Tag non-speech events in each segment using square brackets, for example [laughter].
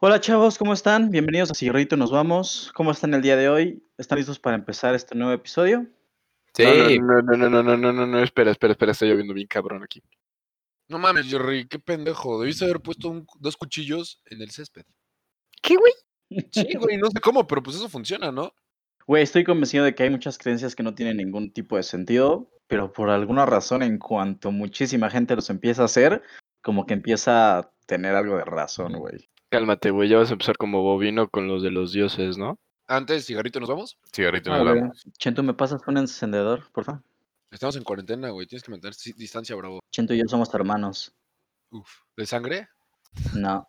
Hola chavos, ¿cómo están? Bienvenidos a Cigarrito Nos Vamos. ¿Cómo están el día de hoy? ¿Están listos para empezar este nuevo episodio? Sí, No, no, no, no, no, no, no, no, no, espera, espera, espera, está lloviendo bien cabrón aquí. no mames, Jerry, qué pendejo. Debiste haber puesto un- dos cuchillos en el césped. ¿Qué, güey? Sí, güey, no sé cómo, pero pues eso funciona, ¿no? Güey, estoy convencido de que hay muchas creencias que no tienen ningún tipo de sentido, pero por alguna razón en cuanto muchísima gente los empieza a hacer, como que empieza a tener algo de razón, güey. Cálmate, güey, ya vas a empezar como bovino con los de los dioses, ¿no? Antes, cigarrito, nos vamos. Cigarrito Ah, en el bueno. agua. Chento, ¿me pasas un encendedor, por favor? Estamos en cuarentena, güey. Tienes que mantener si- distancia, bravo. Chento y yo somos hermanos. Uf. ¿De sangre? No. Ah,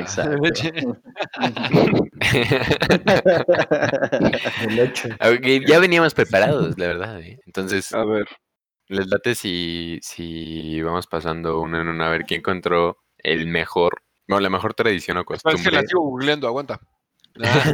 [laughs] Exacto. [laughs] Ok, ya veníamos preparados, la verdad. ¿eh? Entonces, Ah. A ver, les late si, si vamos pasando uno en uno a ver quién encontró el mejor, bueno, la mejor tradición o Es que costumbre. la sigo googleando, aguanta. Ah,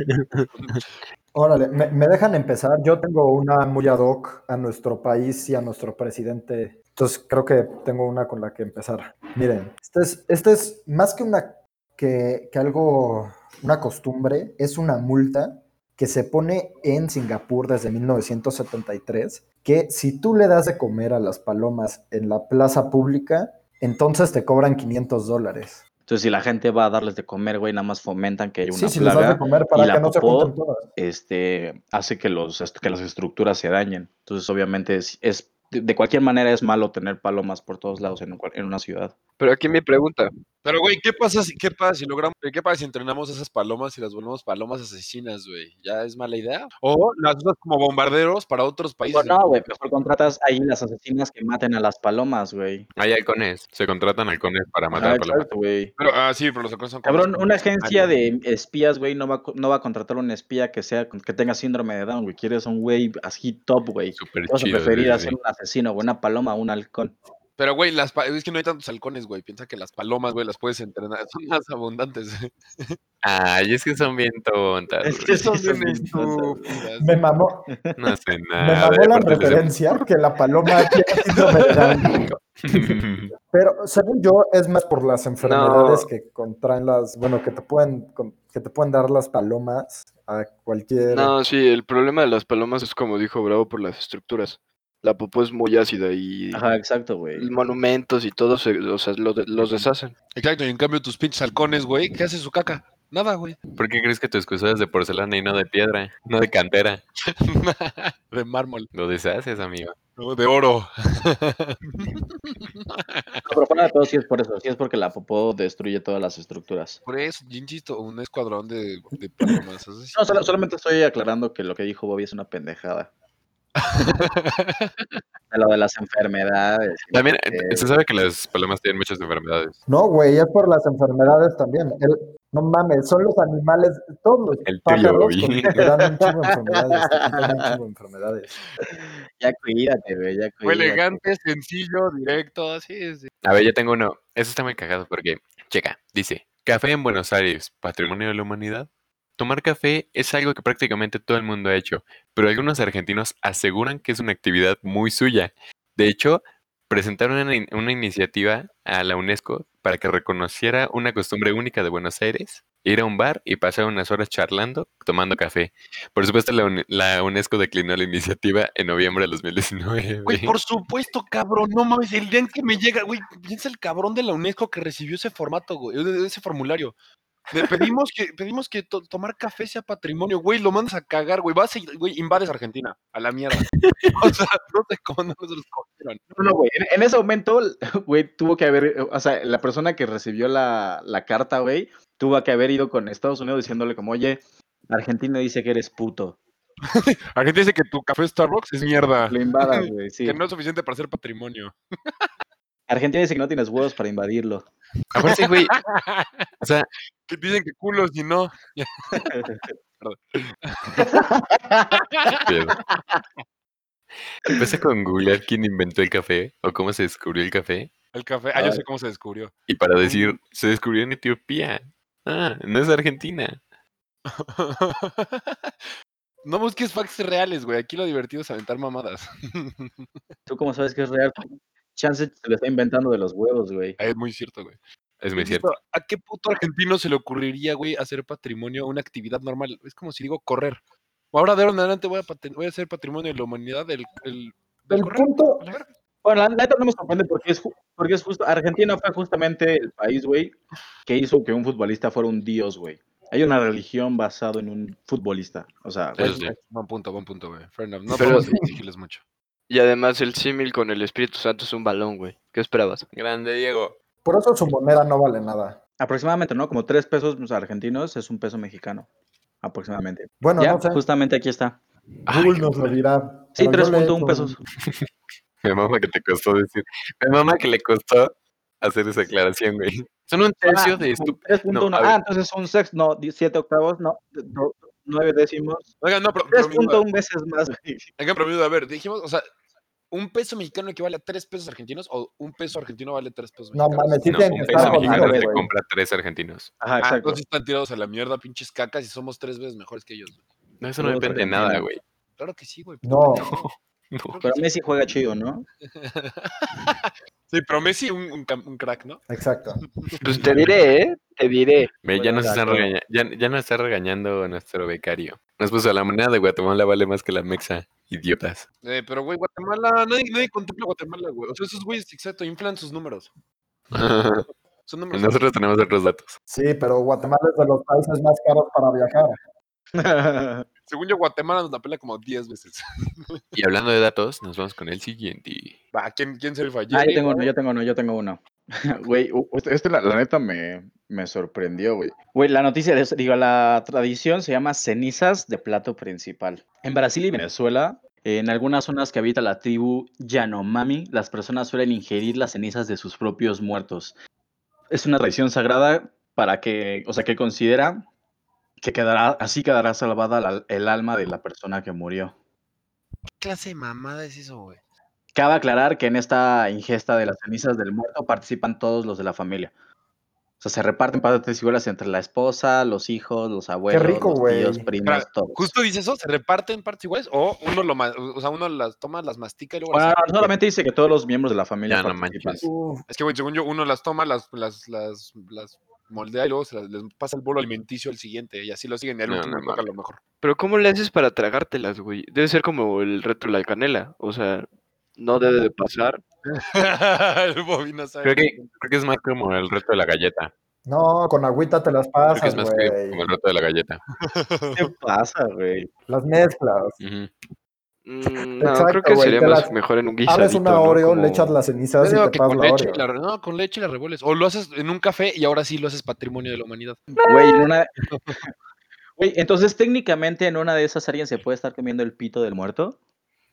Órale, me, me dejan empezar. Yo tengo una muy ad hoc a nuestro país y a nuestro presidente. Entonces creo que tengo una con la que empezar. Miren, esta es, esta es más que una que, que algo, una costumbre, es una multa que se pone en Singapur desde 1973, que si tú le das de comer a las palomas en la plaza pública, entonces te cobran 500 dólares. Entonces, si la gente va a darles de comer, güey, nada más fomentan que haya una Sí, si les das de plaga, comer y para la que no se popó junten todas. este, hace que, los, est- que las estructuras se dañen. Entonces, obviamente, es, es- de de cualquier manera es malo tener palomas por todos lados en, un cual- en una ciudad. [laughs] pero aquí mi pregunta. Pero, güey, ¿qué pasa si, qué pasa si logramos, qué pasa si entrenamos a esas palomas y las volvemos palomas asesinas, güey? ¿Ya es mala idea? O las usas como bombarderos para otros países. Digo, Pues no, güey, mejor contratas ahí las asesinas que maten a las palomas, güey. Hay halcones, se contratan halcones para matar Ah, a palomas. exacto, güey. Pero, ah, sí, pero los halcones son como- Cabrón, una agencia de espías, güey, no va, a co- no va a contratar un espía que sea que tenga síndrome de Down, güey. Quieres un güey así top, güey. Súper Vas a chido. preferir sí, sí, hacer un asesino, güey, una paloma o un halcón. Pero, güey, las pa- es que no hay tantos halcones, güey. Piensa que las palomas, güey, las puedes entrenar. Son más [laughs] abundantes. Ay, es que son bien tontas. [laughs] Es que güey. son bien [laughs] Me mamó, [laughs] No hacen Me nada. mamó la aparte les- referencia que [laughs] la paloma tiene síndrome de Down, pero según yo es más por las enfermedades que contraen las, bueno, que te pueden con- que te pueden dar las palomas a cualquier No, sí, el problema de las palomas es como dijo Bravo por las estructuras. La popó es muy ácida y Ajá, exacto, güey. y monumentos y todo, se, o sea, lo de- los deshacen. Exacto, y en cambio tus pinches halcones, güey, ¿qué hace su caca? Nada, güey. ¿Por qué crees que tu excusa es de porcelana y no de piedra? No de cantera. De mármol, Lo deshaces, amigo. ¿no? de oro. No, pero fuera de todo, sí es por eso. Sí es porque la popó destruye todas las estructuras. Por eso, yo insisto, un escuadrón de, de palomas. así. No, solo- solamente estoy aclarando que lo que dijo Bobby es una pendejada. [laughs] De lo de las enfermedades. y no También sé eh, qué. se sabe que las palomas tienen muchas enfermedades. No, güey, es por las enfermedades también. El- no mames, son los animales, todos los El tuyo, pájaros güey. con- te dan un chingo de enfermedades, te quitan un chingo de enfermedades. Ya cuídate, güey, ya Fue cuídate. elegante, sencillo, directo, así es. A ver, yo tengo uno. Eso está muy cagado porque, checa, dice, café en Buenos Aires, patrimonio de la humanidad. Tomar café es algo que prácticamente todo el mundo ha hecho, pero algunos argentinos aseguran que es una actividad muy suya. De hecho, presentaron una, in- una iniciativa a la UNESCO para que reconociera una costumbre única de Buenos Aires, ir a un bar y pasar unas horas charlando, tomando café. Por supuesto, la, uni- la UNESCO declinó la iniciativa en noviembre de 2019. Güey, por supuesto, cabrón, no mames, el día en que me llega, güey, piensa el cabrón de la UNESCO que recibió ese formato, güey, e- ese formulario. Le pedimos que, pedimos que to- tomar café sea patrimonio, güey, lo mandas a cagar, güey, vas y, güey, invades Argentina, a la mierda. [laughs] O sea, no sé cómo no se los cogieron. No, no, güey. En, en ese momento, [laughs] güey, tuvo que haber. O sea, la persona que recibió la, la carta, güey, tuvo que haber ido con Estados Unidos diciéndole, como, oye, Argentina dice que eres puto. Argentina dice que tu café Starbucks es mierda, Lo [laughs] invadas, güey, sí. que no es suficiente para ser patrimonio. Argentina dice que no tienes huevos para [laughs] invadirlo. Aparte, güey, o sea, Que dicen que culos y no. pedo. Empieza con googlear quién inventó el café o cómo se descubrió el café. El café, ah, yo Ay. sé cómo se descubrió. Y para decir, se descubrió en Etiopía. Ah, no es Argentina. [laughs] No pues, busques facts reales, güey, aquí lo divertido es aventar mamadas. [laughs] ¿Tú cómo sabes que es real? Chance se lo está inventando de los huevos, güey. Ah, Es muy cierto, güey. Es muy cierto. ¿A qué puto argentino se le ocurriría, güey, hacer patrimonio una actividad normal? Es como si digo correr. Ahora de ahora en adelante voy a, paten- voy a hacer patrimonio de la humanidad del, el- del El correr. punto, A la verga. Bueno, la la neta no me sorprende porque es, ju- porque es justo. Argentina fue justamente el país, güey, que hizo que un futbolista fuera un dios, güey. Hay una religión basada en un futbolista. O sea, güey, Eso sí. Buen punto, buen punto, güey. Fair enough. No Pero- podemos exigirles mucho. Y además el símil con el Espíritu Santo es un balón, güey. ¿Qué esperabas? Grande, Diego. por eso su moneda no vale nada. aproximadamente, ¿no? Como tres pesos pues, argentinos es un peso mexicano. Aproximadamente. Bueno, ya, no sé. justamente aquí está. pues, Ay, Google nos lo dirá. Sí, pero yo le he hecho 3.1 un- pesos. Me mama que te costó decir. Me mama que le costó hacer esa aclaración, güey. Son un Ah, tercio de esto. 3.1. No, a ver. ah, entonces un sexto, no, 7 octavos, no, 9 décimos. Oigan, no, pero. pero mi duda- 3.1 veces más, güey. Oigan, pero mi duda, a ver, dijimos, o sea, ¿un peso mexicano equivale a tres pesos argentinos o un peso argentino vale tres pesos No mexicanos? mames, sí No, tienen que un estar peso mexicano jodidos, de- se güey. compra tres argentinos. Ajá, Ah, exacto. entonces están tirados a la mierda, pinches cacas, y somos tres veces mejores que ellos. güey. No, eso no Todo depende de argentino. nada, güey. Claro que sí, güey. No, [laughs] No. Pero Messi juega chido, ¿no? Sí, pero Messi, un, un cam- un crack, ¿no? exacto. Pues te diré, ¿eh? Te diré. Ve, ya, Bueno, nos de están acuerdo. regaña- ya, ya nos está regañando nuestro becario. Nos puso la moneda de Guatemala vale más que la mexa. Idiotas. Eh, pero, güey, Guatemala, nadie, nadie contempla Guatemala, güey. O sea, esos güeyes, exacto, inflan sus números. [laughs] Son números. Nosotros tenemos otros datos. Sí, pero Guatemala es de los países más caros para viajar. Según yo, Guatemala nos la pela como 10 veces. [laughs] Y hablando de datos, nos vamos con el siguiente. Va, ¿quién, quién se rifa? Ah, yo Jerry, tengo ¿no? uno, yo tengo uno, yo tengo uno. Güey, u- u- este la, la neta me, me sorprendió, güey. Güey, la noticia, es- digo, la tradición se llama cenizas de plato principal. En Brasil y Venezuela, en algunas zonas que habita la tribu Yanomami, las personas suelen ingerir las cenizas de sus propios muertos. Es una tradición sagrada para que, o sea, que considera que quedará, así quedará salvada la- el alma de la persona que murió. ¿Qué clase de mamada es eso, güey? Cabe aclarar que en esta ingesta de las cenizas del muerto participan todos los de la familia. O sea, se reparten partes iguales entre la esposa, los hijos, los abuelos, rico, los güey. tíos, primos, Espera, todos. Justo dice eso, se reparten partes iguales o uno lo ma- o sea, uno las toma, las mastica y luego Bueno, las no, solamente dice que todos los miembros de la familia Ya no participan. manches. Es que, güey, según yo, uno las toma, las, las, las, las moldea y luego se las, les pasa el bolo alimenticio al siguiente. Y así lo siguen. Y al No, último no le toca lo mejor. Pero ¿cómo le haces para tragártelas, güey? Debe ser como el reto de la canela. O sea, no debe de pasar. [laughs] el Bobby no sabe. Creo que, creo que es más como el reto de la galleta. No, con agüita te las Creo que pasas, es más que güey. como el reto de la galleta. ¿Qué pasa, güey? Las mezclas. Ujú. Mm, no, Exacto, creo que güey, sería te más las- mejor en un guisadito. Abres una ¿no? Oreo, Como- le echas las Yo cenizas y digo te que pasas con la leche, Oreo. y la, re- no, con leche la revuelves. O lo haces en un café y ahora sí lo haces patrimonio de la humanidad. Güey, en una... [laughs] Güey, entonces técnicamente en una de esas alguien se puede estar comiendo el pito del muerto.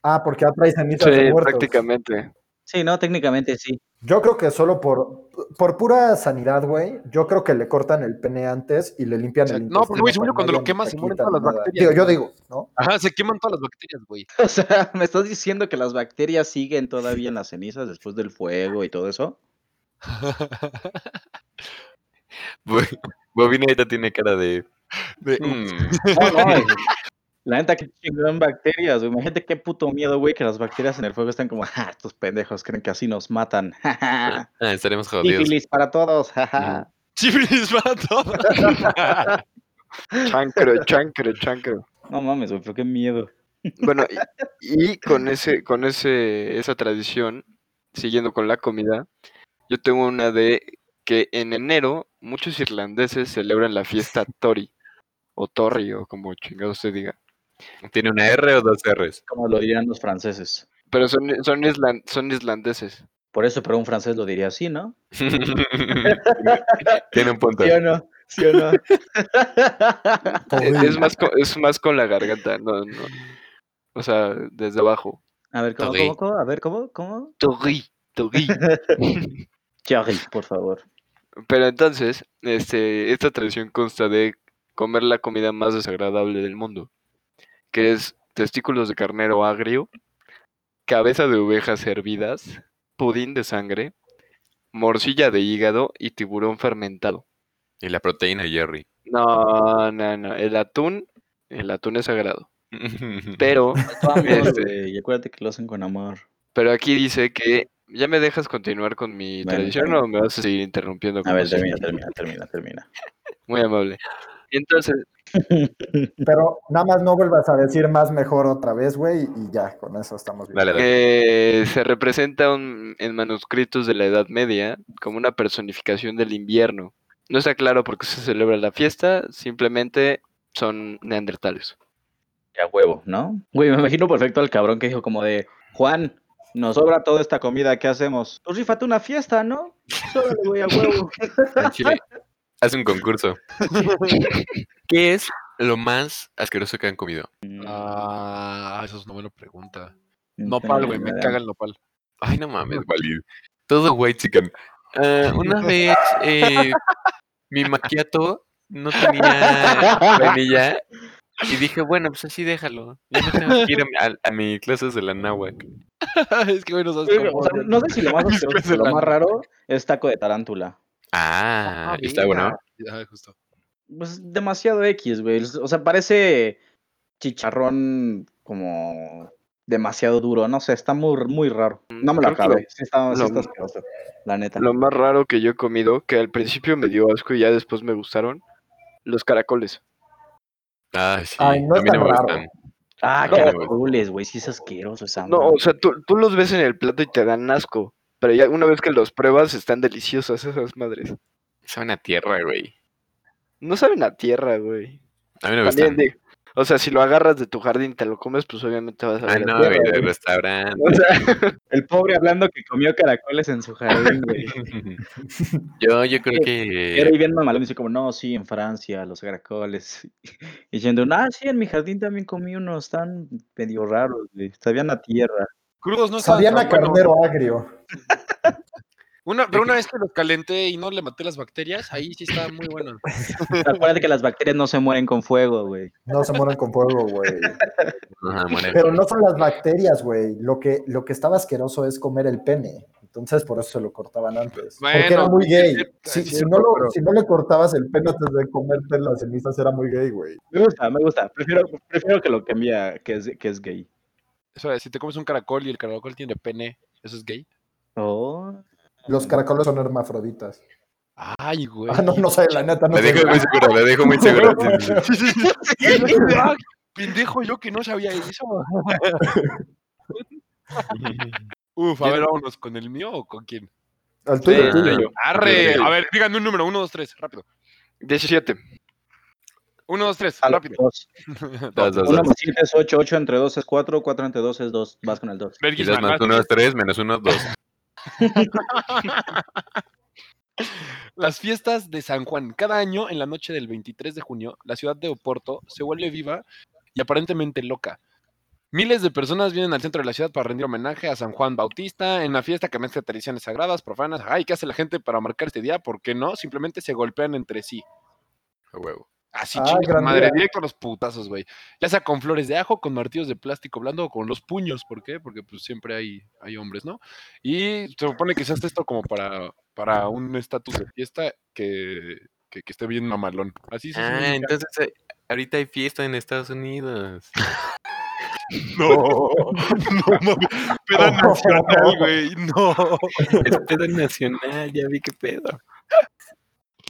Ah, porque ya traes cenizas Sí, de muertos. prácticamente. Sí, no, técnicamente sí. [laughs] Yo creo que solo por, por pura sanidad, güey, yo creo que le cortan el pene antes y le limpian O sea, el no, pero, güey, intestino según yo, para cuando que lo haya quemas, se ni mueren caquita todas ni las nada. bacterias, Digo, yo güey. digo, ¿no? Ajá, se queman todas las bacterias, [laughs] güey. O sea, ¿me estás diciendo que las bacterias siguen todavía en las cenizas después del fuego y todo eso? Bo- [laughs] Bobina ahorita tiene cara de. De- "Mm, No, no, güey. La neta, que chingón bacterias, güey. Imagínate qué puto miedo, güey, que las bacterias en el fuego están como, [laughs] ja, estos pendejos creen que así nos matan. [laughs] ja, ja. ah, estaremos jodidos. Sífilis para todos. [laughs] ja, ja". Sífilis para todos. [laughs] [laughs] Chancro, chancro, chancro. No mames, güey, pero qué miedo. Bueno, y, y con ese, con ese, esa tradición, siguiendo con la comida, yo tengo una de que en enero muchos irlandeses celebran la fiesta Tori, o Torri, o como chingado se diga. ¿Tiene una R o dos R's? [laughs] Como lo dirían los franceses. Pero son, son, islan- son islandeses. Por eso, pero un francés lo diría así, ¿no? Tiene un punto. ¿Sí o no? ¿Sí o no? Es, es Horrible. más con, es más con la garganta, no, no. O sea, desde abajo. A ver, ¿cómo, Ok. cómo, cómo? A ver, ¿cómo, cómo? Torri, Torri. Thierry, por favor. Pero entonces, este, esta tradición consta de comer la comida más desagradable del mundo, que es testículos de carnero agrio, cabeza de ovejas hervidas, pudín de sangre, morcilla de hígado y tiburón fermentado. Y la proteína de Jerry. [laughs] No, no, no, el atún, el atún es sagrado, pero Vamos, Este. Ah, Este, güey, y acuérdate que lo hacen con amor. Pero aquí dice que ¿Ya me dejas continuar con mi Bueno, tradición está o me vas a seguir interrumpiendo? A como ver, siempre? termina, termina, termina, termina. Muy amable. Entonces, Pero nada más no vuelvas a decir más mejor otra vez, güey, y ya, con eso estamos bien. Dale, dale. que eh, se representa un- en manuscritos de la Edad Media como una personificación del invierno. No está claro por qué se celebra la fiesta, simplemente son neandertales. Ya huevo, ¿no? Güey, me imagino perfecto al cabrón que dijo como de, Juan, nos sobra toda esta comida, ¿qué hacemos? Tú rifate una fiesta, ¿no? Solo le voy a huevo. Al chile, Haz un concurso. ¿Qué es lo más asqueroso que han comido? Ah, eso no me lo pregunta. Este, Nopal, güey, me caga el nopal. Ay, no mames, Valid. Todo white chicken. Ah, una vez eh, mi maquiato no tenía vainilla y dije, bueno, pues así déjalo. Yo me tengo que ir a, mi- a- a mi clases de la náhuac. [laughs] es que, güey, no sabes Sí, güey, cómo. o sea, no sé si lo más [laughs] Mis asqueroso, peces lo de la- más raro es taco de tarántula. Ah, Ah, está bueno. Ah, justo. Pues demasiado X, güey. O sea, parece chicharrón como demasiado duro. No sé, está muy, muy raro. No me Mm, lo creo que acabé. Sí está, sí lo- está asqueroso, la neta. Lo más raro que yo he comido, que al principio me dio asco y ya después me gustaron, los caracoles. Ay, Ah, sí. Ay, no a mí es no me tan gustan. raro. ah, no, güey. caracoles, güey. Sí es asqueroso esa No, madre. o sea, tú, tú los ves en el plato y te dan asco, pero ya una vez que los pruebas están deliciosas esas madres. Saben a tierra, güey. No saben a tierra, güey. A mí no me También gustan. de- o sea, si lo agarras de tu jardín y te lo comes, pues obviamente vas a Ah, ver. a no, tierra, güey, del güey. restaurante. O sea, El pobre hablando que comió caracoles en su jardín, [laughs] güey. Yo, yo creo Era que. ahí bien mamalón, dice como, no, sí, en Francia, los caracoles. [laughs] Y diciendo, ah, sí, en mi jardín también comí unos tan medio raros, güey. Sabían a [laughs] tierra. Crudos no saben. Sabían a carnero agrio. Una, pero una vez que los calenté y no le maté las bacterias, ahí sí estaba muy bueno. Acuérdate que las bacterias no se mueren con fuego, güey. No se mueren con [laughs] fuego, güey. Ajá, more. Pero no son las bacterias, güey. Lo que, lo que estaba asqueroso es comer el pene. Entonces, por eso se lo cortaban antes. Porque era Bueno, muy sí, es gay. cierto, es Si, si cierto, no lo- pero- si no le cortabas el pene antes de comerte las cenizas, era muy gay, güey. Me gusta, me gusta. Prefiero, prefiero que lo cambie, que es, que es gay. Eso es, si te comes un caracol y el caracol tiene pene, ¿eso es gay? Oh. Los caracoles son hermafroditas. Ay, güey. Ah, no, [laughs] no sé, la neta, no La sé. dejo muy segura, la dejo muy [laughs] segura. sí, sí, sí. Ah, pendejo yo que no sabía eso. Uf, a ver, vámonos con el mío o con quién. Al tuyo, Sí. al tuyo. Arre, Ok. a ver, díganme un número, uno, dos, tres, rápido. 17. Uno, dos, tres, A los [laughs] rápido. dos. Dos, dos, Uno dos. más siete es ocho, ocho entre dos es cuatro, cuatro entre dos es dos. Vas con el dos. Y Verguis, dos man, más uno es tres, menos uno es dos. Las fiestas de San Juan. Cada año, en la noche del 23 de junio, la ciudad de Oporto se vuelve viva y aparentemente loca. Miles de personas vienen al centro de la ciudad para rendir homenaje a San Juan Bautista en una fiesta que mezcla tradiciones sagradas, profanas. Ay, ¿qué hace la gente para marcar este día? ¿Por qué no? Simplemente se golpean entre sí. A huevo. Así Ah, chingas tu gran madre, día. directo a los putazos, güey. Ya sea con flores de ajo, con martillos de plástico blando o con los puños. ¿Por qué? Porque pues siempre hay, hay hombres, ¿no? Y se supone que se hace esto como para, para un estatus de fiesta que, que, que esté bien mamalón. Así se Ah, significa. entonces eh, ahorita hay fiesta en Estados Unidos. No, [laughs] no, no. [laughs] Peda nacional, güey. No. [laughs] Es pedo nacional, ya vi qué pedo.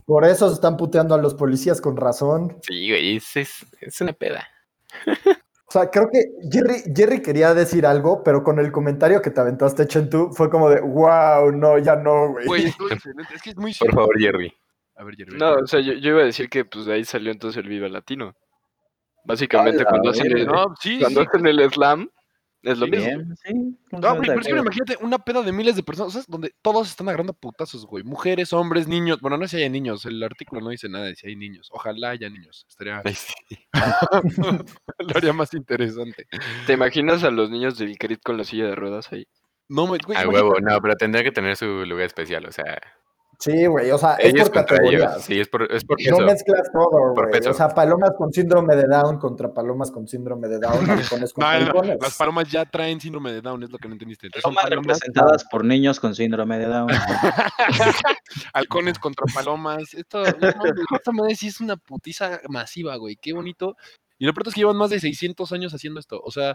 Por eso se están puteando a los policías con razón. Sí, güey, es, es, es una peda. O sea, creo que Jerry, Jerry quería decir algo, pero con el comentario que te aventaste, Chentú, fue como de, wow, no, ya no, [laughs] güey. Güey, estuvo excelente. Es que es muy Por cierto. favor, Jerry. A ver, Jerry. No, o sea, yo, yo iba a decir que pues de ahí salió entonces el Viva Latino. Ah, Básicamente Ala, cuando hacen el, No, sí, sí. Eh, cuando hacen el slam es lo mismo. Bien, sí. No, güey, pero sí, pero imagínate una peda de miles de personas, ¿sabes? Donde todos se están agarrando a putazos, güey. Mujeres, hombres, niños. Bueno, no sé si hay niños. El artículo no dice nada de si hay niños. Ojalá haya niños. Estaría. Ay, sí. [laughs] Lo haría más interesante. ¿Te imaginas a los niños del CRIT con la silla de ruedas ahí? No, me- güey. A imagínate- huevo, no, pero tendría que tener su lugar especial, o sea, Sí, güey, o sea, es ellos por contra ellos. categorías. Sí, es por, es por No eso. mezclas todo, Por güey. peso. O sea, palomas con síndrome de Down contra palomas con síndrome de Down, halcones No, contra Ah, no, halcones. las palomas ya traen síndrome de Down, es lo que no entendiste. Entonces, son Son más palomas, representadas por niños con síndrome de [laughs] Down. halcones contra palomas. Esto, no, mames, [laughs] esta madre sí es una putiza masiva, güey. Qué bonito. Y lo pronto es que llevan más de 600 años haciendo esto. O sea,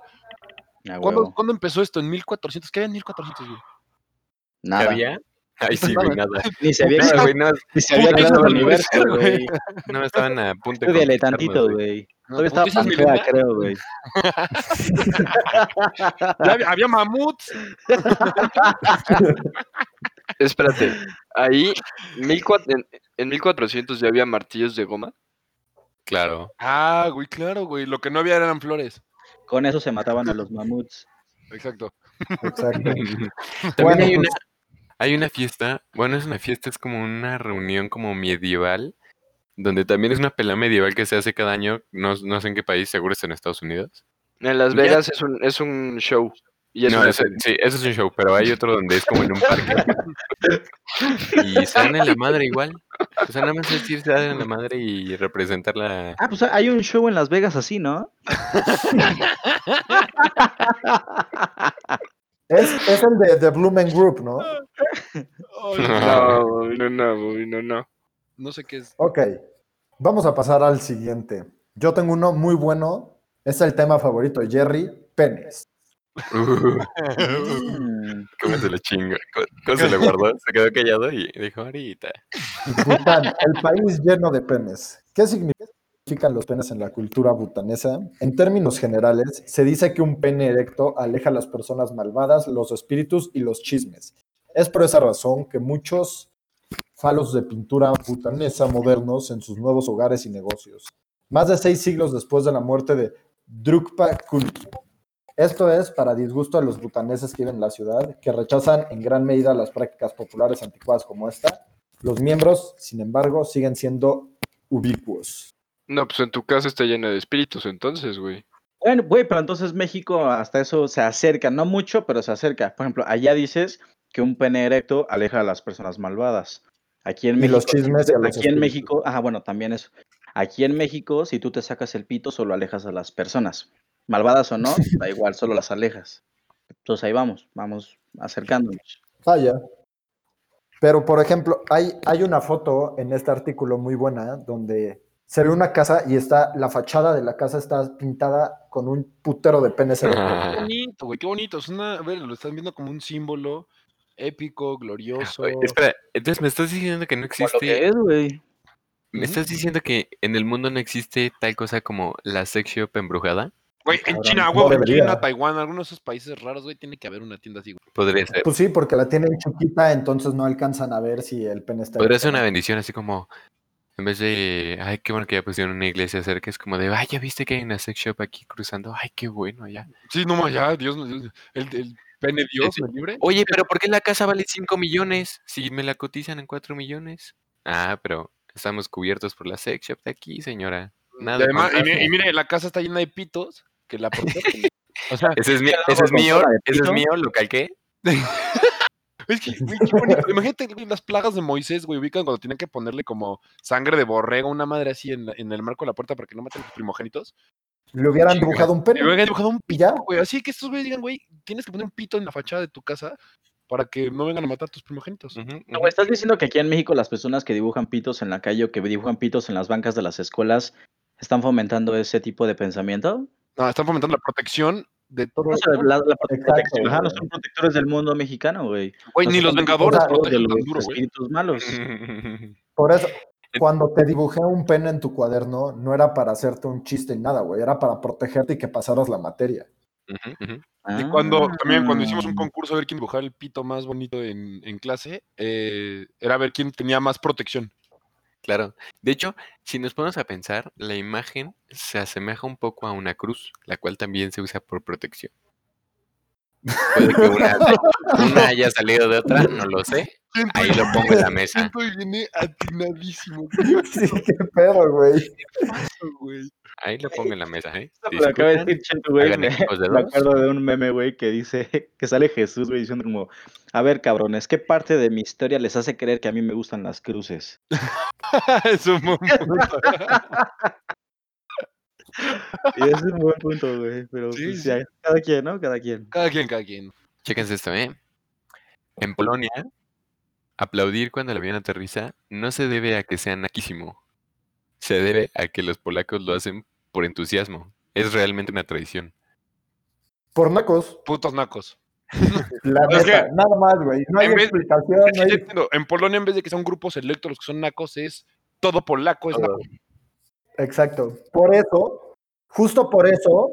A ¿cuándo, huevo. ¿cuándo empezó esto? En 1400. ¿Qué había en 1400, güey? ¿Qué Nada. había? Ay, sí, güey, nada. Ni se había, Nada, güey, nada. ni se había Puta, creado no, el universo, no, güey. No estaban a punto de. Estudiale conquistarnos, tantito, güey. güey. No, Todavía estaba ¿putiza Pangea, Milena? creo, güey. Ya había, había mamuts. Espérate, ahí mil cua- en, en 1400 ya había martillos de goma. Claro. Ah, güey, claro, güey. Lo que no había eran flores. Con eso se mataban a los mamuts. Exacto. [laughs] Exacto. También Bueno, hay, una, pues- hay una fiesta, bueno, es una fiesta, es como una reunión como medieval, donde también es una pelea medieval que se hace cada año, no, no sé en qué país, seguro es en Estados Unidos. En Las Ya. Vegas es un, es un show. Y es no, una ese- feria. sí, eso es un show, pero hay otro donde es como en un parque. y se dan en la madre igual. O sea, nada más es ir, se dan en la madre y representar la... Ah, pues hay un show en Las Vegas así, ¿no? Es, pues, es el de, de Blumen Group, ¿no? [laughs] Ay, No. no. No, güey, no, no, güey, no, no. no sé qué es. Ok. Vamos a pasar al siguiente. Yo tengo uno muy bueno. Es el tema favorito de Jerry, penes. Uh, Mm. ¿Cómo se lo chingo? ¿Cómo, cómo se lo guardó? Se quedó callado y dijo ahorita. Bután, el país lleno de penes. ¿Qué significan los penes en la cultura butanesa? En términos generales, se dice que un pene erecto aleja a las personas malvadas, los espíritus y los chismes. Es por esa razón que muchos falos de pintura butanesa modernos en sus nuevos hogares y negocios. Más de seis siglos después de la muerte de Drukpa Kulki. Esto es para disgusto a los butaneses que viven en la ciudad, que rechazan en gran medida las prácticas populares anticuadas como esta, los miembros, sin embargo, siguen siendo ubicuos. No, pues en tu casa está llena de espíritus, entonces, güey. Bueno, güey, pero entonces México hasta eso se acerca, no mucho, pero se acerca. Por ejemplo, allá dices que un pene erecto aleja a las personas malvadas. Aquí en Y México, los chismes y a los aquí en espíritus. México, ah, bueno, también eso. Aquí en México, si tú te sacas el pito, solo alejas a las personas. Malvadas o [laughs] no, da igual, solo las alejas. Entonces ahí vamos, vamos acercándonos. Vaya. Pero, por ejemplo, hay, hay una foto en este artículo muy buena donde se ve una casa y está la fachada de la casa está pintada con un putero de penes. erectos. Qué bonito, güey, qué bonito. Es una, a ver, lo están viendo como un símbolo épico, glorioso. Oye, espera, entonces me estás diciendo que no Como Pues lo existe que es, güey. ¿Me Ujú. estás diciendo que en el mundo no existe tal cosa como la sex shop embrujada? Güey, en Cabrón, China, no güey, en debería. China, Taiwán, algunos de esos países raros, güey, tiene que haber una tienda así, güey. Podría ser. Pues sí, porque la tienen chiquita, entonces no alcanzan a ver si el pene está. Podría ser una erecto. bendición así como... En vez de... Ay, qué bueno que ya pusieron una iglesia cerca. Es como de... Ay, ya viste que hay una sex shop aquí cruzando. Ay, qué bueno ya. Sí, no más ya, Dios, nos- Dios- el, el pene Dios Ese- me libre. Oye, pero ¿por qué la casa vale 5 millones? Si me la cotizan en 4 millones. Ah, pero estamos cubiertos por la sex shop de aquí, señora. Nada. Mm, y además, y, mi- fantasma. y mire, la casa está llena de pitos que la protegen. o sea, Ese es mío, Cada ese es uno mío, fuera de ese es pito. mío, lo calqué. [laughs] es que, güey, qué bonito. Imagínate güey, las plagas de Moisés, güey, ubican cuando tienen que ponerle como sangre de borrego, una madre así en, la- en el marco de la puerta para que no maten a los primogénitos. Le hubieran dibujado un Y luego pene han dibujado un y ya. güey. Así que estos güeyes digan, güey, tienes que poner un pito en la fachada de tu casa para que no vengan a matar a tus primogénitos. Ujú, No, ujú. güey, estás diciendo que aquí en México las personas que dibujan pitos en la calle o que dibujan pitos en las bancas de las escuelas están fomentando ese tipo de pensamiento. No, están fomentando la protección de todo. O sea, la- la prote- Exacto, protección, ajá, no güey. son protectores del mundo mexicano, güey. Güey, ni Nosotros los somos Vengadores protectores protegen de tan los duro, güey. espíritus malos. Por eso, cuando te dibujé un pene en tu cuaderno, no era para hacerte un chiste ni nada, güey. Era para protegerte y que pasaras la materia. [laughs] [laughs] Ujú, ujú. Y cuando también cuando hicimos un Ah. concurso a ver quién dibujaba el pito más bonito en, en clase, eh, era ver quién tenía más protección. Claro. De hecho, si nos ponemos a pensar, la imagen se asemeja un poco a una cruz, la cual también se usa por protección. Puede que una, una haya salido de otra, no [laughs] lo sé. Ahí pues. lo pongo en la mesa. Siento y viene atinadísimo. Sí, qué pedo, güey. güey. Ahí lo pongo en la mesa, ¿eh? Lo pues, que acaba de decir Cheto, güey, hagan me, equipos de me dos. acuerdo de un meme, güey, que dice, [laughs] que sale Jesús, güey, diciendo como, a ver, cabrones, ¿qué parte de mi historia les hace creer que a mí me gustan las cruces? [laughs] es [laughs] un buen punto. Y es un buen punto, güey, pero Sí, pues, sí. ya, cada quien, ¿no? Cada quien. Cada quien, cada quien. Chéquense esto, ¿eh? En Polonia, aplaudir cuando el avión aterriza no se debe a que sea naquísimo. Se debe a que los polacos lo hacen por entusiasmo. Es realmente una tradición. Por nacos. Putos nacos. La Pues Es neta, nada más, güey. No hay en vez- explicación, Es que no hay- yo entiendo, en Polonia, en vez de que sea un grupo selecto, los que son nacos es todo polaco, es naco. Exacto. Por eso, justo por eso,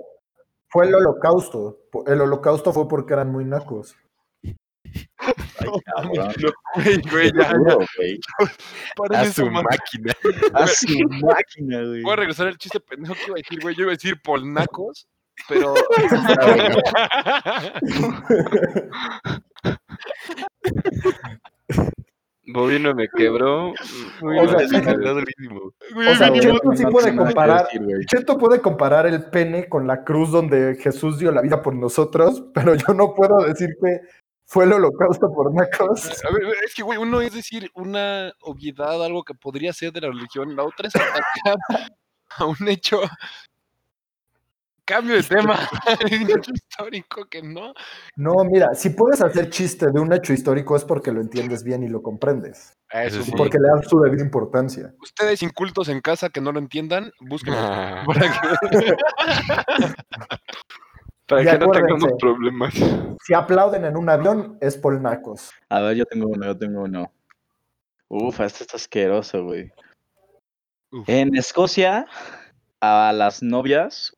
fue el holocausto. Po- El holocausto fue porque eran muy nacos. Ay, cabrón. Güey, güey, Te [laughs] ya, [laughs] juro, güey. paren A eso, su man. máquina. A su máquina, güey. Voy a regresar al chiste pendejo que iba a decir, güey. Yo iba a decir polnacos, pero. Bovino me quebró. Muy O sea, mal, sí. me quedó durísimo. Güey, O sea, bien yo- chido. sí No puede tiene nada que comparar. decir, güey. Cheto puede comparar el pene con la cruz donde Jesús dio la vida por nosotros, pero yo no puedo decir que fue el holocausto por nacos. A ver, es que, güey, uno es decir una obviedad, algo que podría ser de la religión, la otra es atacar [laughs] a un hecho. Cambio de tema. [laughs] un hecho histórico que no. No, mira, si puedes hacer chiste de un hecho histórico es porque lo entiendes bien y lo comprendes. Eso sí. Porque le das su debida importancia. Ustedes incultos en casa que no lo entiendan, busquen. Ah, [laughs] para que- Para Y que no acuérdense. tengamos problemas. Si aplauden en un avión, es [laughs] por nacos. A ver, yo tengo uno, yo tengo uno. Uf, este está asqueroso, güey. Uf. En Escocia, a las novias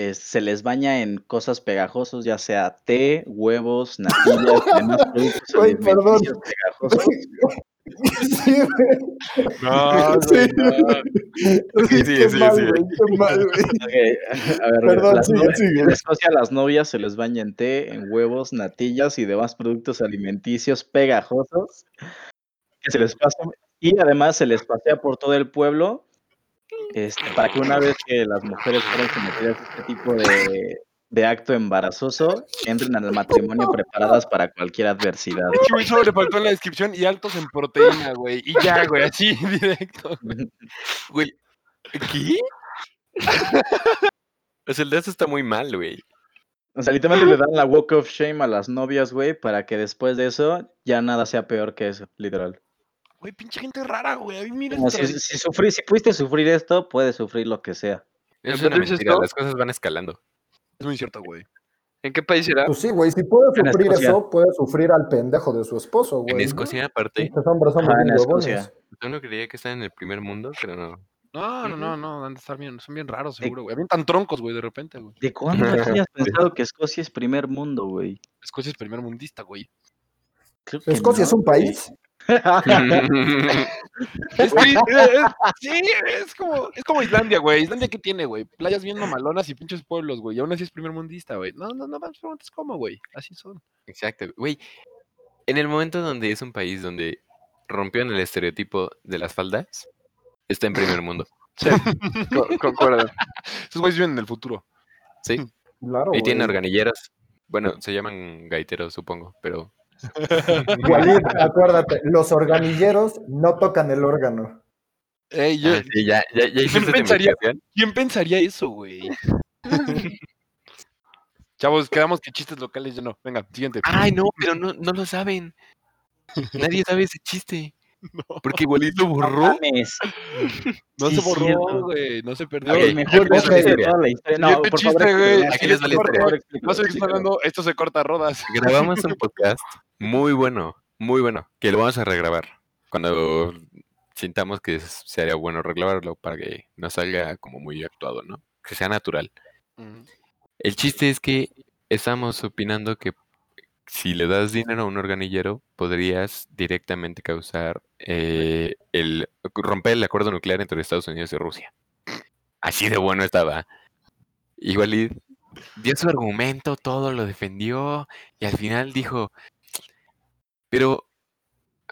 eh, se les baña en cosas pegajosas, ya sea té, huevos, [laughs] natillas, y demás productos Güey, perdón. alimenticios pegajosos. Sí, güey. No, Sí. Sí, sí, Qué sí, mal, sí. güey, qué mal, güey. Ok, a ver, güey, Perdón, las sigue, novias- sigue. En Escocia, a las novias se les baña en té, en huevos, natillas y demás productos alimenticios pegajosos que se les pasan y además se les pasea por todo el pueblo este, para que una vez que las mujeres fueron sometidas a este tipo de, de acto embarazoso, entren al matrimonio preparadas para cualquier adversidad. Sí, güey, solo le faltó en la descripción y altos en proteína, güey. Y ya, güey, así [laughs] directo. Güey, ¿qué? O sea, el de eso está muy mal, güey. O sea, literalmente le dan la walk of shame a las novias, güey, para que después de eso ya nada sea peor que eso, literal. Güey, pinche gente rara, güey. A mí mira Como este- si, si sufrí- si pudiste sufrir esto, puedes sufrir lo que sea. ¿En Es qué una país mentira, esto? las cosas van escalando. Es muy cierto, güey. ¿En qué país será? Pues sí, güey, si puede En sufrir Escocia. eso, puede sufrir al pendejo de su esposo, güey. En ¿no? Escocia, aparte, Estos hombres son Ajá, muy Ah, en huevones. Escocia. yo no creía que está en el primer mundo, pero no. No, no, Ujú. no, no, han de estar bien, son bien raros, Sí. seguro, güey. Habían tan troncos, güey, de repente, güey. ¿De cuándo aquí has pensado que Escocia es primer mundo, güey? Escocia es primer mundista, [laughs] güey. Creo que Escocia no, es un güey. [laughs] país. Es [laughs] que- es- es- eh, sí, es como, es como Islandia, güey. Islandia, ¿qué tiene, güey? Playas bien mamalonas y pinches pueblos, güey. Y aún así es primer mundista, güey. No, no, no, más preguntas cómo, güey. Así son. Exacto, güey. En el momento donde es un país donde rompieron el estereotipo de las faldas, está en primer mundo. Co- Concuerdo. Esos güeyes viven en el futuro. Sí. Claro, Y tienen Oh, güey. organilleros. Bueno, se llaman gaiteros, supongo, pero. Walid, acuérdate, los organilleros no tocan el órgano. Ey, yo- Ah, sí, ya, ya, ya hiciste tu pensaría? [laughs] investigación. ¿Quién pensaría eso, güey? [laughs] Chavos, quedamos que chistes locales ya no. Venga, siguiente. Ay, no, pero no, no lo saben. Nadie sabe ese chiste. Porque igualito No borró. mames. No sí, se cierto. borró, güey. No se perdió. Ok, El mejor yo les doy chiste de historia. toda la historia. No, Siguiente por favor, chiste, güey. explícalo, Aquí les doy la por historia. favor, No sé de qué está explícalo, hablando. Esto se corta a rodas. Grabamos un podcast muy bueno, muy bueno, que lo vamos a regrabar. Cuando sintamos que es- sería bueno regrabarlo para que no salga como muy actuado, ¿no? Que sea natural. El chiste es que estamos opinando que si le das dinero a un organillero, podrías directamente causar eh, el romper el acuerdo nuclear entre Estados Unidos y Rusia. Así de bueno estaba. Igual y dio su argumento, todo lo defendió y al final dijo, pero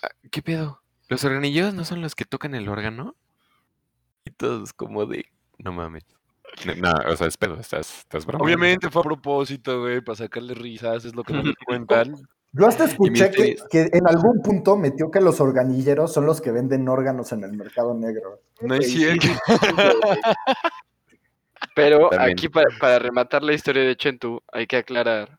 ah, ¿qué pedo? ¿Los organilleros no son los que tocan el órgano? Y todos como de, no mames. No, no, o sea, es pedo, estás, estás bromeando". Obviamente fue a propósito, güey, para sacarle risas, es lo que [laughs] nos cuentan. Yo hasta escuché que, ustedes. que en algún punto metió que los organilleros son los que venden órganos en el mercado negro. No es cierto. Pero También. aquí para, para rematar la historia de Chentu hay que aclarar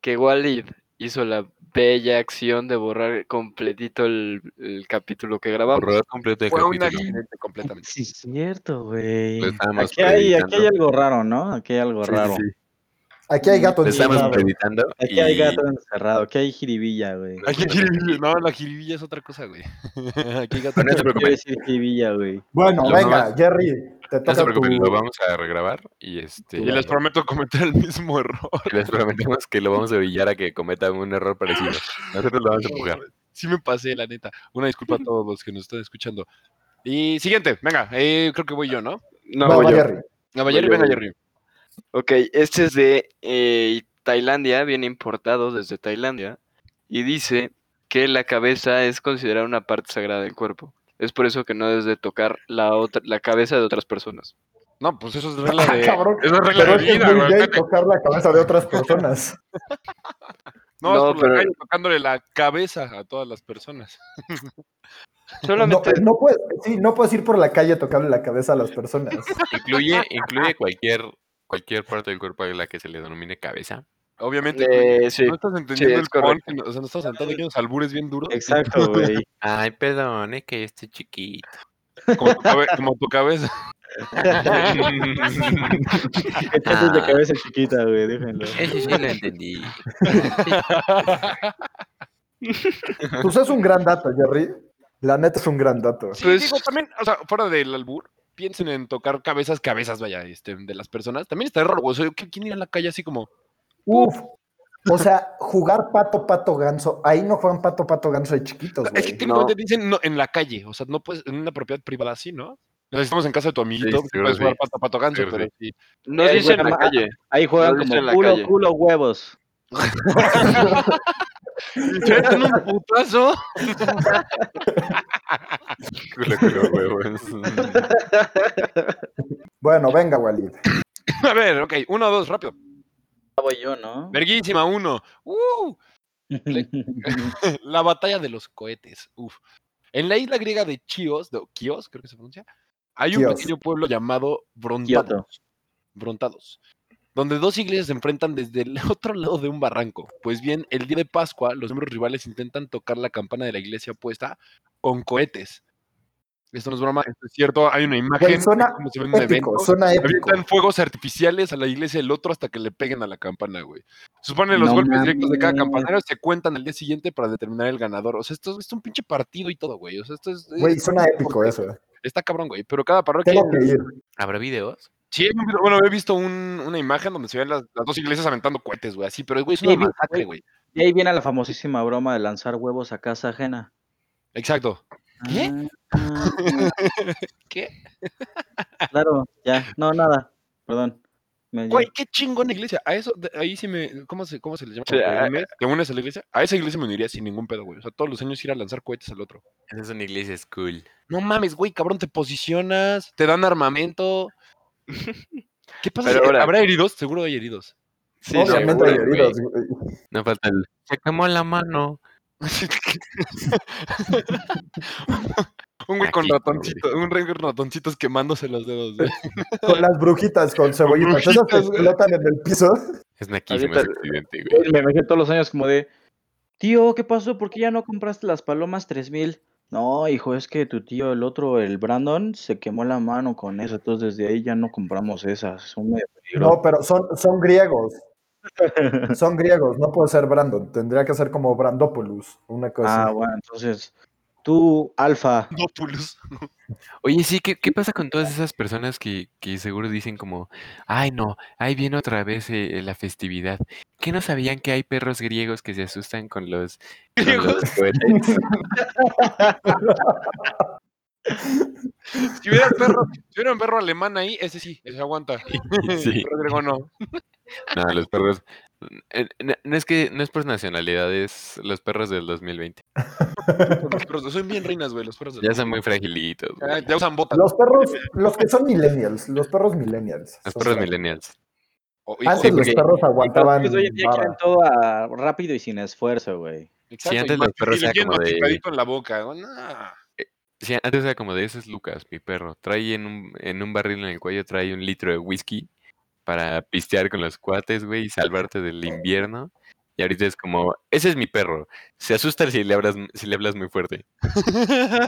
que Walid hizo la bella acción de borrar completito el, el capítulo que grabamos. Borrador completo del Fue un capítulo. accidente [laughs] completamente. Sí, es cierto, güey. Lo estábamos Aquí hay, aquí predicando. hay algo raro, ¿no? Aquí hay algo Pues, Sí, sí, raro. sí. Aquí hay gato Te estamos encerrado. meditando. Aquí hay y- gato encerrado, aquí hay jiribilla, güey. Aquí hay jiribilla. No, la jiribilla es otra cosa, güey. [laughs] Aquí hay gato. Pero no te Quiero preocupes, decir jiribilla, güey. Bueno, Lo venga, nomás- Jerry, te no toca se preocupen, tu- lo vamos a regrabar y este. tu- Y les prometo cometer el mismo error. [laughs] Les prometemos que lo vamos a orillar a que cometa un error parecido. Nosotros lo vamos a empujar. Sí me pasé, la neta. Una disculpa [laughs] a todos los que nos están escuchando. Y siguiente, venga, eh, creo que voy yo, ¿no? No, Va, voy va, yo. Jerry. No, va, Jerry, yo, venga, voy yo. Jerry. Ok, este es de eh, Tailandia, viene importado desde Tailandia, y dice que la cabeza es considerada una parte sagrada del cuerpo. Es por eso que no debes de tocar la, otra, la cabeza de otras personas. No, pues [laughs] eso es regla de. Cabrón, eso es regla de Pero es que es vida, muy güey. gay tocar la cabeza de [laughs] otras personas. No, No, es por la pero- calle tocándole la cabeza a todas las personas. No, [laughs] Solamente eh, no puedes, sí, no puedes ir por la calle tocarle la cabeza a [laughs] las personas. Incluye, incluye cualquier, cualquier parte del cuerpo a la que se le denomine cabeza. Obviamente. güey, eh, sí. No estás entendiendo es el con, correcto. o sea, no estás sentando [laughs] aquí unos albures bien duros. Exacto, güey. Ay, perdón, es que yo estoy chiquito. Como [laughs] tu, cabe- como tu cabeza. Entonces de cabeza chiquita, güey, déjenlo. Eso sí [laughs] lo entendí. Pues es un gran dato, Jerry. La neta es un gran dato. Sí, Pues- digo, también, o sea, fuera del albur, piensen en tocar cabezas, cabezas, vaya, este, de las personas. También está raro, güey. O sea, ¿qué- ¿quién irá a la calle así como? Uf. O sea, jugar pato, pato, ganso. Ahí no juegan pato, pato, ganso de chiquitos, Es que güey. técnicamente dicen no, en la calle, o sea, no puedes, en una propiedad privada así, ¿no? O sea, si estamos en casa de tu amiguito, seguro puedes jugar sí. pato, pato ganso, Seguro pero sí. sí. No Eh, dice en bueno, la ma- calle. Ahí juegan Lo dice en como la culo, calle. culo, huevos. Te dan un putazo. [laughs] Culo, culo, [laughs] huevos. Bueno, venga, Walid. A ver, ok, uno, dos, rápido. Voy yo, ¿no? Verguísima, uno. ¡Uh! La batalla de los cohetes. Uf. En la isla griega de Chios, de Kios, creo que se pronuncia, hay un Chios. pequeño pueblo llamado Kioto. Brontados. Brontados. Donde dos iglesias se enfrentan desde el [laughs] otro lado de un barranco. Pues bien, el día de Pascua, los miembros rivales intentan tocar la campana de la iglesia opuesta con cohetes. Esto no es broma, esto es cierto. Hay una imagen. Güey, suena como se ve en un Épico, evento. suena épico. Avientan fuegos artificiales a la iglesia del otro hasta que le peguen a la campana, güey. Supone los No golpes directos de cada mames. campanario se cuentan al día siguiente para determinar el ganador. O sea, esto es un pinche partido y todo, güey. O sea, esto es. Güey, es- suena épico eso. Está cabrón, güey. Pero cada parroquia. Tengo que ir. ¿Habrá videos? Sí, hay un video- bueno, he visto un- una imagen donde se ven las, las dos iglesias aventando cohetes, güey. Así, pero, güey, es Sí, una vi- masacre, güey. Y ahí viene la famosísima broma de lanzar huevos a casa ajena. Exacto. ¿Qué? Ah, ¿Qué? claro, ya. No, nada. Perdón. Me- Güey, qué chingona iglesia. A eso, de- ahí sí me. ¿Cómo se, cómo se le llama? Sí, ¿Te a- unes? ¿Te unes a la iglesia? A esa iglesia me uniría sin ningún pedo, güey. O sea, todos los años ir a lanzar cohetes al otro. Esa es una iglesia school. No mames, güey, cabrón, te posicionas, te dan [laughs] armamento. ¿Qué pasa? Pero si- ahora- ¿Habrá heridos? Seguro hay heridos. Sí, Obviamente hay seguro, güey. heridos, güey. No falta el. Se quemó la mano. un güey con Aquí, güey. ratoncitos, un rey con ratoncitos quemándose los dedos. [laughs] güey. Con las brujitas, con cebollitas. brujitas, Esas que güey. explotan en el piso. Es naquísimo Ahorita- ese accidente, güey. Güey, Me imagino todos los años como de, tío, ¿qué pasó? ¿Por qué ya no compraste las palomas 3000? No, hijo, es que tu tío, el otro, el Brandon, se quemó la mano con eso. Entonces, desde ahí ya no compramos esas. Son medio No, pero son, son griegos. Son griegos. No puede ser Brandon. Tendría que ser como Brandopoulos. Una pues cosa. Ah, bueno, entonces, tú, Alfa. No, Pulus. Oye, sí, ¿qué, qué pasa con todas esas personas que, que seguro dicen como, ay no, ahí viene otra vez eh, la festividad? ¿Qué no sabían que hay perros griegos que se asustan con los, con Griegos. los cohetes? Si hubiera, perro, si hubiera un perro alemán ahí, ese sí, ese aguanta. Sí. Pero Grego no. No, los perros. eh, No, no es que no es por nacionalidad, es los perros del 2020. Los perros, son bien reinas, güey, los perros. del- Ya son muy fragilitos. Ah, güey. Ya usan botas. Los perros, los que son millennials. Los perros millennials. Los son perros frágiles. millennials. Oh, hijo, Antes Sí, los porque- perros aguantaban. Pues hoy en día vara. quieren todo a- rápido y sin esfuerzo, güey. exacto, si antes y los más- perros y le eran tienen como de- masticadito en la boca. ¿no? [laughs] Nah. Sí, antes era como de ese es Lucas, mi perro. Trae en un, en un barril en el cuello, trae un litro de whisky para pistear con los cuates, güey, y salvarte del invierno. Y ahorita es como, ese es mi perro. Se asusta si le hablas, si le hablas muy fuerte. [laughs]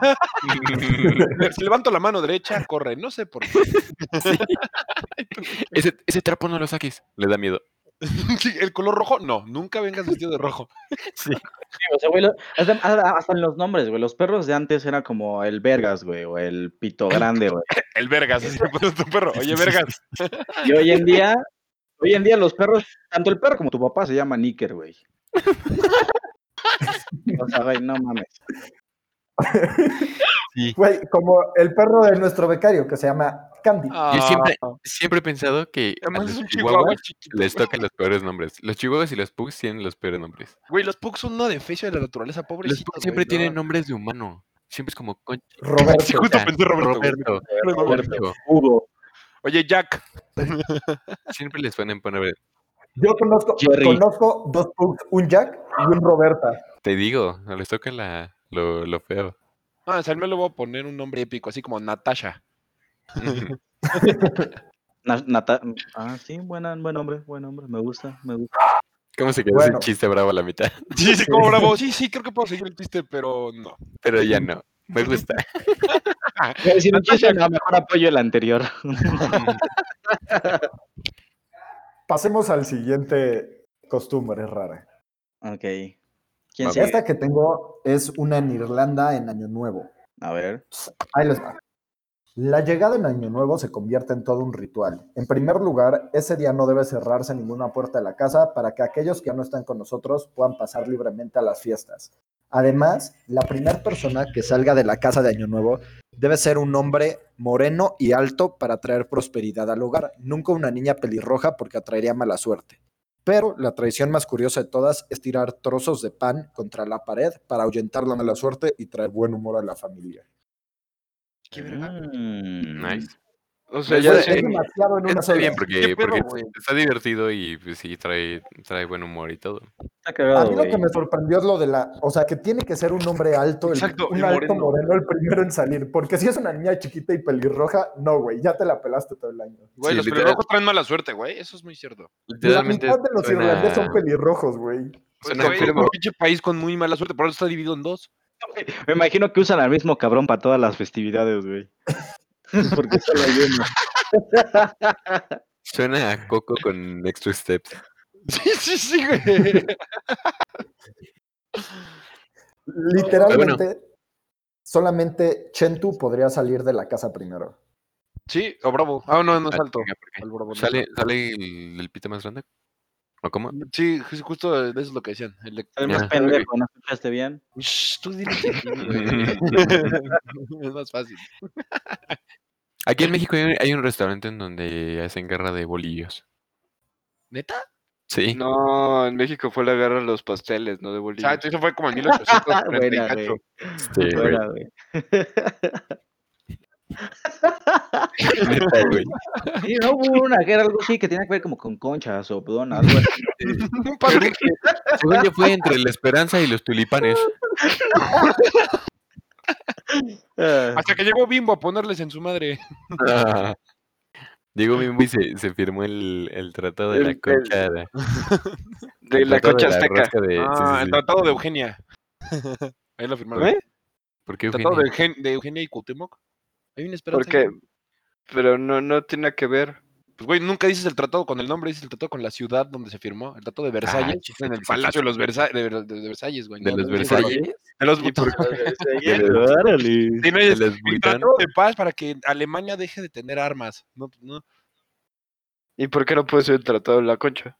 Si levanto la mano derecha, corre. No sé por qué. ese, ese trapo no lo saques. Le da miedo. [laughs] Sí, el color rojo, no, nunca vengas vestido de rojo. o sea, güey, lo- hasta, hasta- hasta en los nombres, güey. Los perros de antes era como el Vergas, güey, o el Pito Grande, güey. El vergas, así le pones a tu perro. Oye, vergas. Y hoy en día, hoy en día los perros, tanto el perro como tu papá se llama Níker, güey. [laughs] O sea, güey, no mames. Güey, como el perro de nuestro becario que se llama Candy. Ah. Yo siempre, siempre he pensado que a Además los es un chihuahua chihuahuas chiquito. les tocan los peores nombres. Los chihuahuas y los pugs tienen los peores nombres. Güey, los pugs son una defecio de la naturaleza, Los pobrecito. pugs siempre güey, tienen no. nombres de humano. Siempre es como concha, Roberto. Sí, justo pensé Roberto. güey. Roberto, Pues, Roberto. Roberto. Hugo, Oye, Jack. Siempre les ponen poner. Yo conozco, Jerry. conozco dos pugs, un Jack y un Roberta. Te digo, no les toca la, lo, lo feo. [laughs] Ah, o sea, me le voy a poner un nombre épico, así como Natasha. Na- Nata- ah, sí, buena, buen hombre, buen hombre, me gusta, me gusta. ¿Cómo se quedó Bueno. ese chiste bravo a la mitad? [laughs] Sí, sí, como bravo. Sí, sí, creo que puedo seguir el chiste, pero no. Pero ya no. Me gusta. Voy a decir un chiste, no, mejor apoyo el anterior. Pasemos al siguiente costumbre rara. Ok. ¿Quién Va, sigue? Esta que tengo es una en Irlanda en Año Nuevo. A ver. Ahí les va. La llegada en Año Nuevo se convierte en todo un ritual. En primer lugar, ese día no debe cerrarse ninguna puerta de la casa para que aquellos que no están con nosotros puedan pasar libremente a las fiestas. Además, la primera persona que salga de la casa de Año Nuevo debe ser un hombre moreno y alto para traer prosperidad al hogar, nunca una niña pelirroja porque atraería mala suerte. Pero la traición más curiosa de todas es tirar trozos de pan contra la pared para ahuyentar la mala suerte y traer buen humor a la familia. Qué verga. Mm. Nice. O sea, Pues ya Güey, sé. es se- demasiado en una Está sola. bien porque, Qué perro, porque güey. está divertido y pues, sí trae, trae buen humor y todo. Está A cagado, mí lo que güey. me sorprendió es lo de la, o sea, que tiene que ser un hombre alto, el- Exacto, un y alto moreno. moreno el primero en salir, porque si es una niña chiquita y pelirroja, no, güey, ya te la pelaste todo el año. Güey, Sí, los literal. pelirrojos traen mala suerte, güey. Eso es muy cierto. La Literalmente mitad de los suena- irlandeses son pelirrojos, güey. suena Pues, Güey, es enfermo. un pinche país con muy mala suerte, por eso está dividido en dos. Me imagino que usan al mismo cabrón para todas las festividades, [laughs] güey. Porque solo hay [laughs] uno. Suena a Coco con Extra Steps. Sí, sí, sí, güey. Literalmente, solamente Chentu podría salir de la casa primero. [laughs] Sí, o bravo. Ah, no, no Ah, salto. chinga, ¿por qué? Al bravo, no ¿Sale, sale el, el pito más grande? ¿O [laughs] cómo? [laughs] salto. Sí, ju- justo eso es lo que decían. El de- Además, Ya. pendejo, ¿no escuchaste bien? [laughs] Shh, tú dile que [laughs] sí, güey. es más fácil. Aquí en México hay un, hay un restaurante en donde hacen guerra de bolillos. ¿Neta? Sí. No, en México fue la guerra de los pasteles, no de Bolivia. Exacto, eso fue como en 1838. Buena, Ah, güey. [laughs] este, güey, Buena, güey. neta, güey. Sí, no hubo una que era algo así que tenía que ver como con conchas o don, algo así. [laughs] Un padre que- Según yo fue entre la esperanza y los tulipanes. Ah, [laughs] Hasta que llegó Bimbo a ponerles en su madre. Ah. Diego Ah. Bimbo y se, se firmó el, el tratado de la El- concha. De, De el la tratado cocha de la azteca. rosca de- sí, ah, sí, el sí. tratado de Eugenia. Ahí lo firmaron. ¿Güey? ¿Por qué El tratado de, Eugenia? Eugen- de Eugenia y Cuauhtémoc. Hay una esperanza. Porque, güey. pero no, no tiene nada que ver. Pues, güey, nunca dices el tratado con el nombre, dices el tratado con la ciudad donde se firmó. El tratado de Versalles. Ah, sí, en el sí, sí, Palacio sí. de los Versa- de, Ver- de- de Versalles, güey. De no, los no, no, Versalles. De los Y por- [laughs] De los- órale. Sí, no, es de los pues, el Buitón. tratado de paz para que Alemania deje de tener armas. No, no, ¿Y por qué no puede ser el tratado de la concha?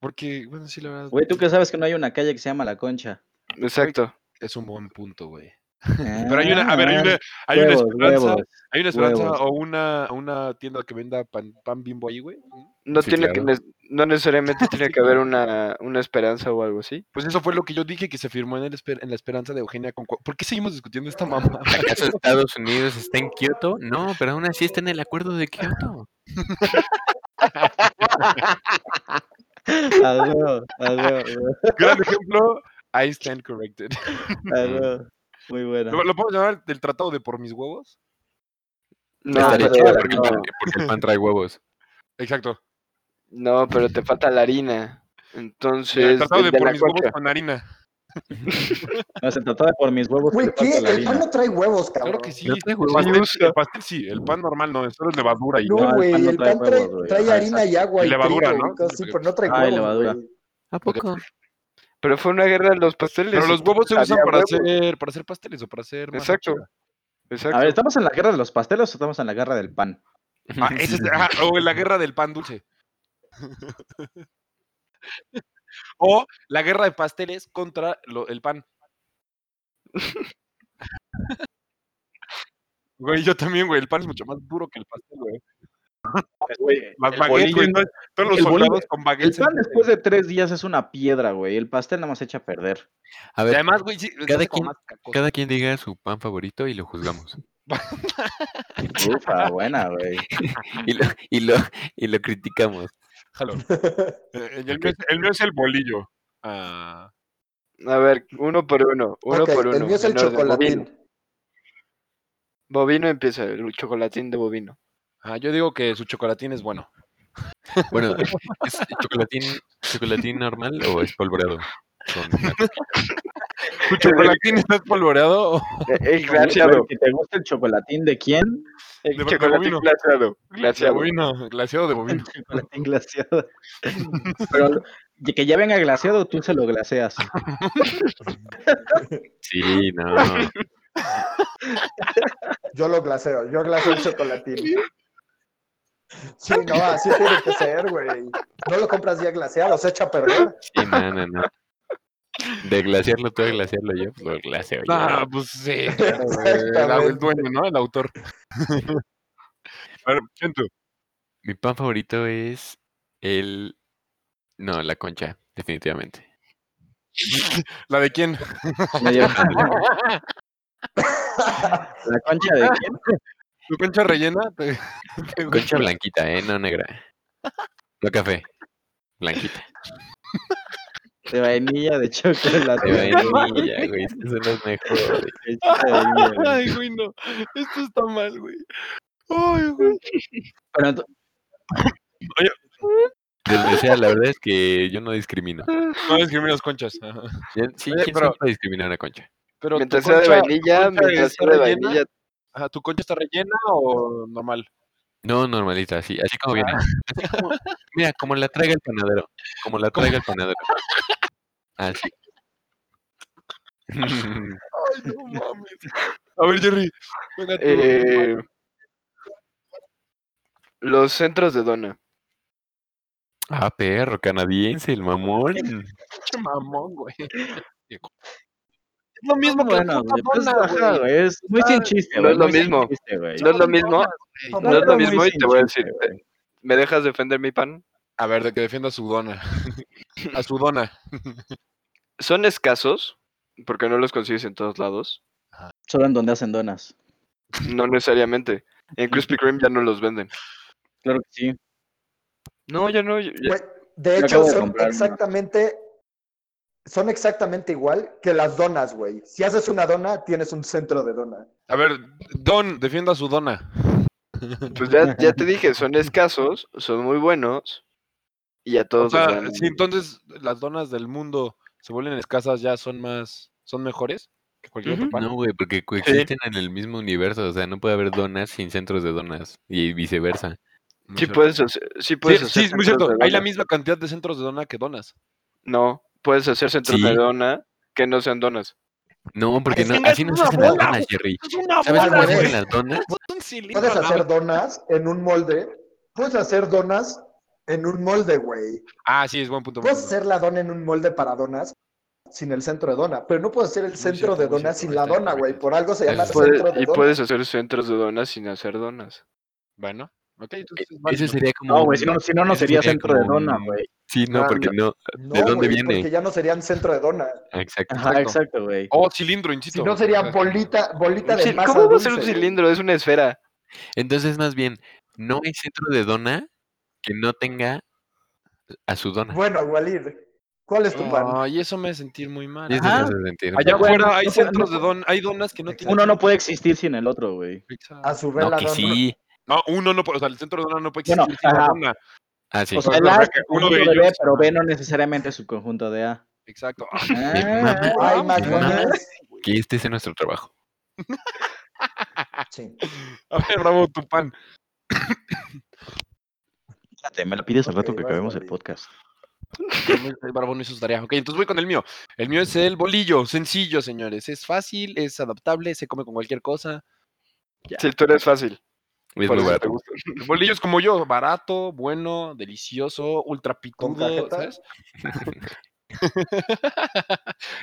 porque, bueno, sí, la verdad. Güey, tú que sabes que no hay una calle que se llama La Concha. Exacto. Es un buen punto, güey. Pero hay una, a ver, hay Ah, una, hay una huevos, esperanza, huevos. hay una esperanza huevos. o una, una tienda que venda pan, pan bimbo ahí, güey. No Sí, tiene que claro. ne- no necesariamente tiene que haber una, una esperanza o algo así. Pues eso fue lo que yo dije que se firmó en, el esper- en la esperanza de Eugenia con Cuau- ¿Por qué seguimos discutiendo esta mamá? [laughs] ¿Acaso Estados Unidos está en Kioto? No, pero aún así está en el acuerdo Ah, de Kioto. A huevo, a huevo, Gran ejemplo, I stand corrected. a huevo. Muy buena. ¿Lo, lo podemos llamar el tratado de por mis huevos? No, Estaría pero, chido porque, el pan- porque el pan trae huevos. Exacto. no, pero te falta la harina. el Entonces, tratado el de de por la mis huevos concha. con harina. No, se trataba por mis huevos. que Güey, le ¿qué? falta la El pan harina. no trae huevos, cabrón. Claro que sí. No El traigo pastel, huevos. el pastel sí, el pan normal no, es solo es levadura y No, No, el güey, pan no el trae pan trae, huevos, güey. trae Ajá, harina y agua. Y Y levadura, trigo, ¿no? y cosas así, pero no trae Ah, y huevos, levadura. güey. ¿A poco? Pero fue una guerra de los pasteles. Pero los huevos se Había usan para huevos. hacer, para hacer pasteles o para hacer. masa Exacto. chida. Exacto. A ver, ¿estamos en la guerra de los pasteles o estamos en la guerra del pan? [laughs] [laughs] Ah, ese es- ah, o la guerra del pan dulce. [laughs] o la guerra de pasteles contra lo- el pan. [laughs] Güey, yo también, güey. El pan es mucho más duro que el [laughs] pastel, güey. Las [laughs] El baguettes, güey. bolillo- todo- Todos los el bolillo- soldados con El baguettes. pan en- después de tres días es una piedra, güey. El pastel nada más se echa a perder. A Y ver, además, güey, sí, se Cada hace como quien- más cacoso. cada quien diga su pan favorito y lo juzgamos. [laughs] Ufa, buena, güey. Y [laughs] lo, y lo, y lo criticamos. Jalo. Eh, El, mío es, el mío es el bolillo. Ah, A ver, uno por uno. Uno Ok, por uno. El mío es el en orden, Bovino. chocolatín. Bovino empieza, el chocolatín de bovino. ah, yo digo que su chocolatín es bueno. [laughs] Bueno, ¿es chocolatín, chocolatín normal o espolvoreado? [laughs] Con- ¿Tu chocolatín está polvoreado? Eh, El Pero glaciado. Si te gusta el chocolatín de quién, El de chocolatín bovino. glaciado. De Glaciado. bovino, glaseado de bovino. chocolatín glaseado. [laughs] Pero de que ya venga glaseado, tú se lo [laughs] glaseas. Sí, no. Yo lo glaseo, yo glaseo el chocolatín. Sí, no, así tiene que ser, güey. No lo compras ya glaseado, se echa a perder. Sí, no, no, no. De glaciarlo tú a glaciarlo yo, pues lo glaseo yo. Ah, pues sí. [laughs] claro, güey, El, Exactamente. el dueño, ¿no? El autor. A ver, siento. Mi pan favorito es el... No, la concha, definitivamente. ¿La de quién? Medio- La concha de quién. ¿Tu concha rellena? [laughs] Te- te gusta. Concha blanquita, ¿eh? No negra. No café. [laughs] Blanquita. De vainilla, de chocolate. De [laughs] vainilla, güey. Eso no es mejor. de vainilla, güey. Ay, güey, no. Esto está mal, güey. Ay, güey. Pero ento- Desde sea, la verdad es que yo no discrimino. No escribí las conchas. Ajá. Yo- Sí, Oye, ¿quién pero- sabe discriminar a Concha? Pero tu Mientras sea de concha- vainilla, concha mientras está sea de rellena. vainilla. ajá, ¿Tu concha está rellena o [laughs] normal? No, normalita, así, así como viene. Así como- mira, como la traiga el panadero. Como la traiga el panadero. Así. [laughs] Ay, no mames. A ver, Jerry. venga tú. eh, los centros de dona. ah, perro, canadiense, el mamón. Pinche mamón, güey. Es lo mismo que bueno, la güey, puta pues, dona, ajá, güey. güey, Es muy sin chiste, no güey, es lo muy sin mismo. chiste, güey. No es lo mismo, no es lo muy mismo y sin te voy a chiste, decir, ¿me dejas defender mi pan? A ver, de que defienda a su dona. [laughs] A su dona. Son escasos, porque no los consigues en todos lados. Solo en donde hacen donas. No necesariamente. En Krispy Kreme ya no los venden. Claro que sí. No, ya no. ya- ya- Güey, de Yo hecho, acabo de son comprar una. exactamente. Son exactamente igual que las donas, güey. Si haces una dona, tienes un centro de dona. A ver, Don, defienda a su dona. pues ya, ya te dije, son escasos, son muy buenos. Y a O todos los sea, dan. si entonces las donas del mundo se vuelven escasas, ya son más, son mejores que cualquier otro Ujú. pan. No, güey, porque coexisten en el mismo universo. O sea, no puede haber donas sin centros de donas. Y viceversa. No es Sí cierto. puedes hacer, sí Sí, puedes sí, hacer es muy centros cierto. de Hay la dona. misma cantidad de centros de dona que donas. No, puedes hacer centros de Sí. dona que no sean donas. No, porque Es no, que no así es no se una hacen las bola, donas, Jerry. Es una ¿Sabes bola, cómo se güey. hacen las [laughs] donas? un cilindro. Puedes hacer donas en un molde. Puedes hacer donas en un molde, güey. Ah, sí, es buen punto. buen Puedes punto. hacer la dona en un molde para donas sin el centro de dona, pero no puedes hacer el Muy centro cierto, de muy dona cierto, sin ahí la está, dona, ahí güey. está. Por algo se llama Puedes- Puedes- centro de y dona. puedes hacer centros de donas sin hacer donas. Bueno, ok, entonces Eh, es válido. Eso sería como. No, güey, un- si no, si no, no eso sería centro de como dona, un- güey. Sí, no, Ah, porque no. No, ¿De dónde güey, viene? Porque ya no serían centro de dona. Ah, Exacto. Ajá, Exacto. exacto, güey. Oh, cilindro, insisto. Si no sería Ajá. bolita, bolita de eh? Sí, masa ¿Cómo va a ser un dulce, güey. cilindro? Es una esfera. Entonces, más bien, no hay centro de dona que no tenga a su dona. Bueno, Walid, ¿cuál Ah. es tu pan? Ay, eso me hace sentir muy mal. Y eso Ajá. me hace sentir Allá mal. afuera hay no puede- centros de don, hay donas que no tienen. Uno no puede existir sin el otro, güey. pizza. A su vez No, la que dona. sí. No, uno no puede, o sea, el centro de dona no puede existir Bueno, sin la ajá. dona. Ah, sí. O sea, Pero el A habrá es que- uno conjunto de de B, ellos. pero B no necesariamente es subconjunto de A. Exacto. Ah, mama. Hay Mama. McDonald's. Que este es nuestro trabajo. Sí. [laughs] A ver, Rabo, tu pan. Espérate, me la pides al Ok, rato que vas, acabemos el David. podcast. El barbón hizo su tarea. Ok, entonces voy con el mío. El mío es el bolillo, sencillo, señores. Es fácil, es adaptable, se come con cualquier cosa. Sí, tú eres fácil. Es por muy eso te barato. gusta. El bolillo es como yo, barato, bueno, delicioso, ultra pitudo, cajeta? ¿sabes? [laughs]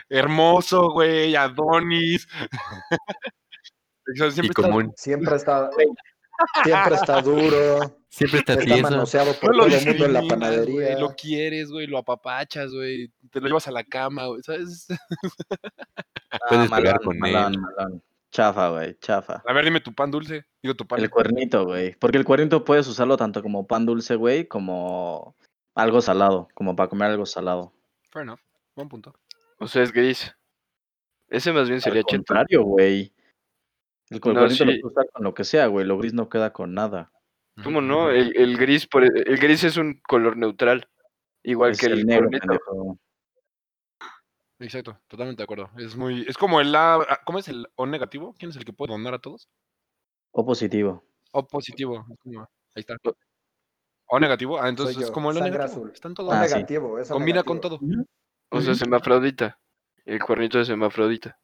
Hermoso, güey, Adonis. [laughs] O sea, Y siempre está- común. Siempre está, siempre está duro. Siempre está Está tieso. manoseado No por lo todo el mundo en la discriminas, panadería. güey, lo quieres, güey, lo apapachas, güey, te lo llevas a la cama, güey, ¿sabes? [laughs] Ah, Puedes pegar con Ah, malón, él. malón. Chafa, güey, chafa. A ver, dime tu pan dulce. Digo tu pan. El cuernito, güey. Porque el cuernito puedes usarlo tanto como pan dulce, güey, como algo salado, como para comer algo salado. Fair enough. Buen punto. O sea, es gris. Ese más bien sería Al cheto. contrario, güey. El cu- No, cuernito lo sí. puedes usar con lo que sea, güey. Lo gris no queda con nada. ¿Cómo no? El, el gris por- e, el gris es un color neutral. Igual Es que el, negro, cornito. pendejo. Exacto, totalmente de acuerdo. Es muy, es como el A, ah, ¿cómo es el O negativo? ¿Quién es el que puede donar a todos? O positivo. O positivo. es como- ahí está. O negativo. Ah, entonces Soy es yo, como el O sangre negativo. azul. Están O todos. Ah, sí. negativo, eso Combina con negativo. todo. O sea, semafrodita. El cuernito de semafrodita.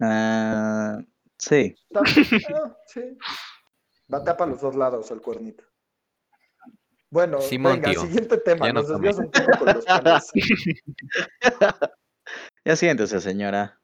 Ah, sí. Está- ah, sí. Va tapa los dos lados el cuernito. Bueno, Simón, venga, tío, siguiente tema. ya no Nos desviamos un poco con [laughs] los panes. Ya siéntese, señora.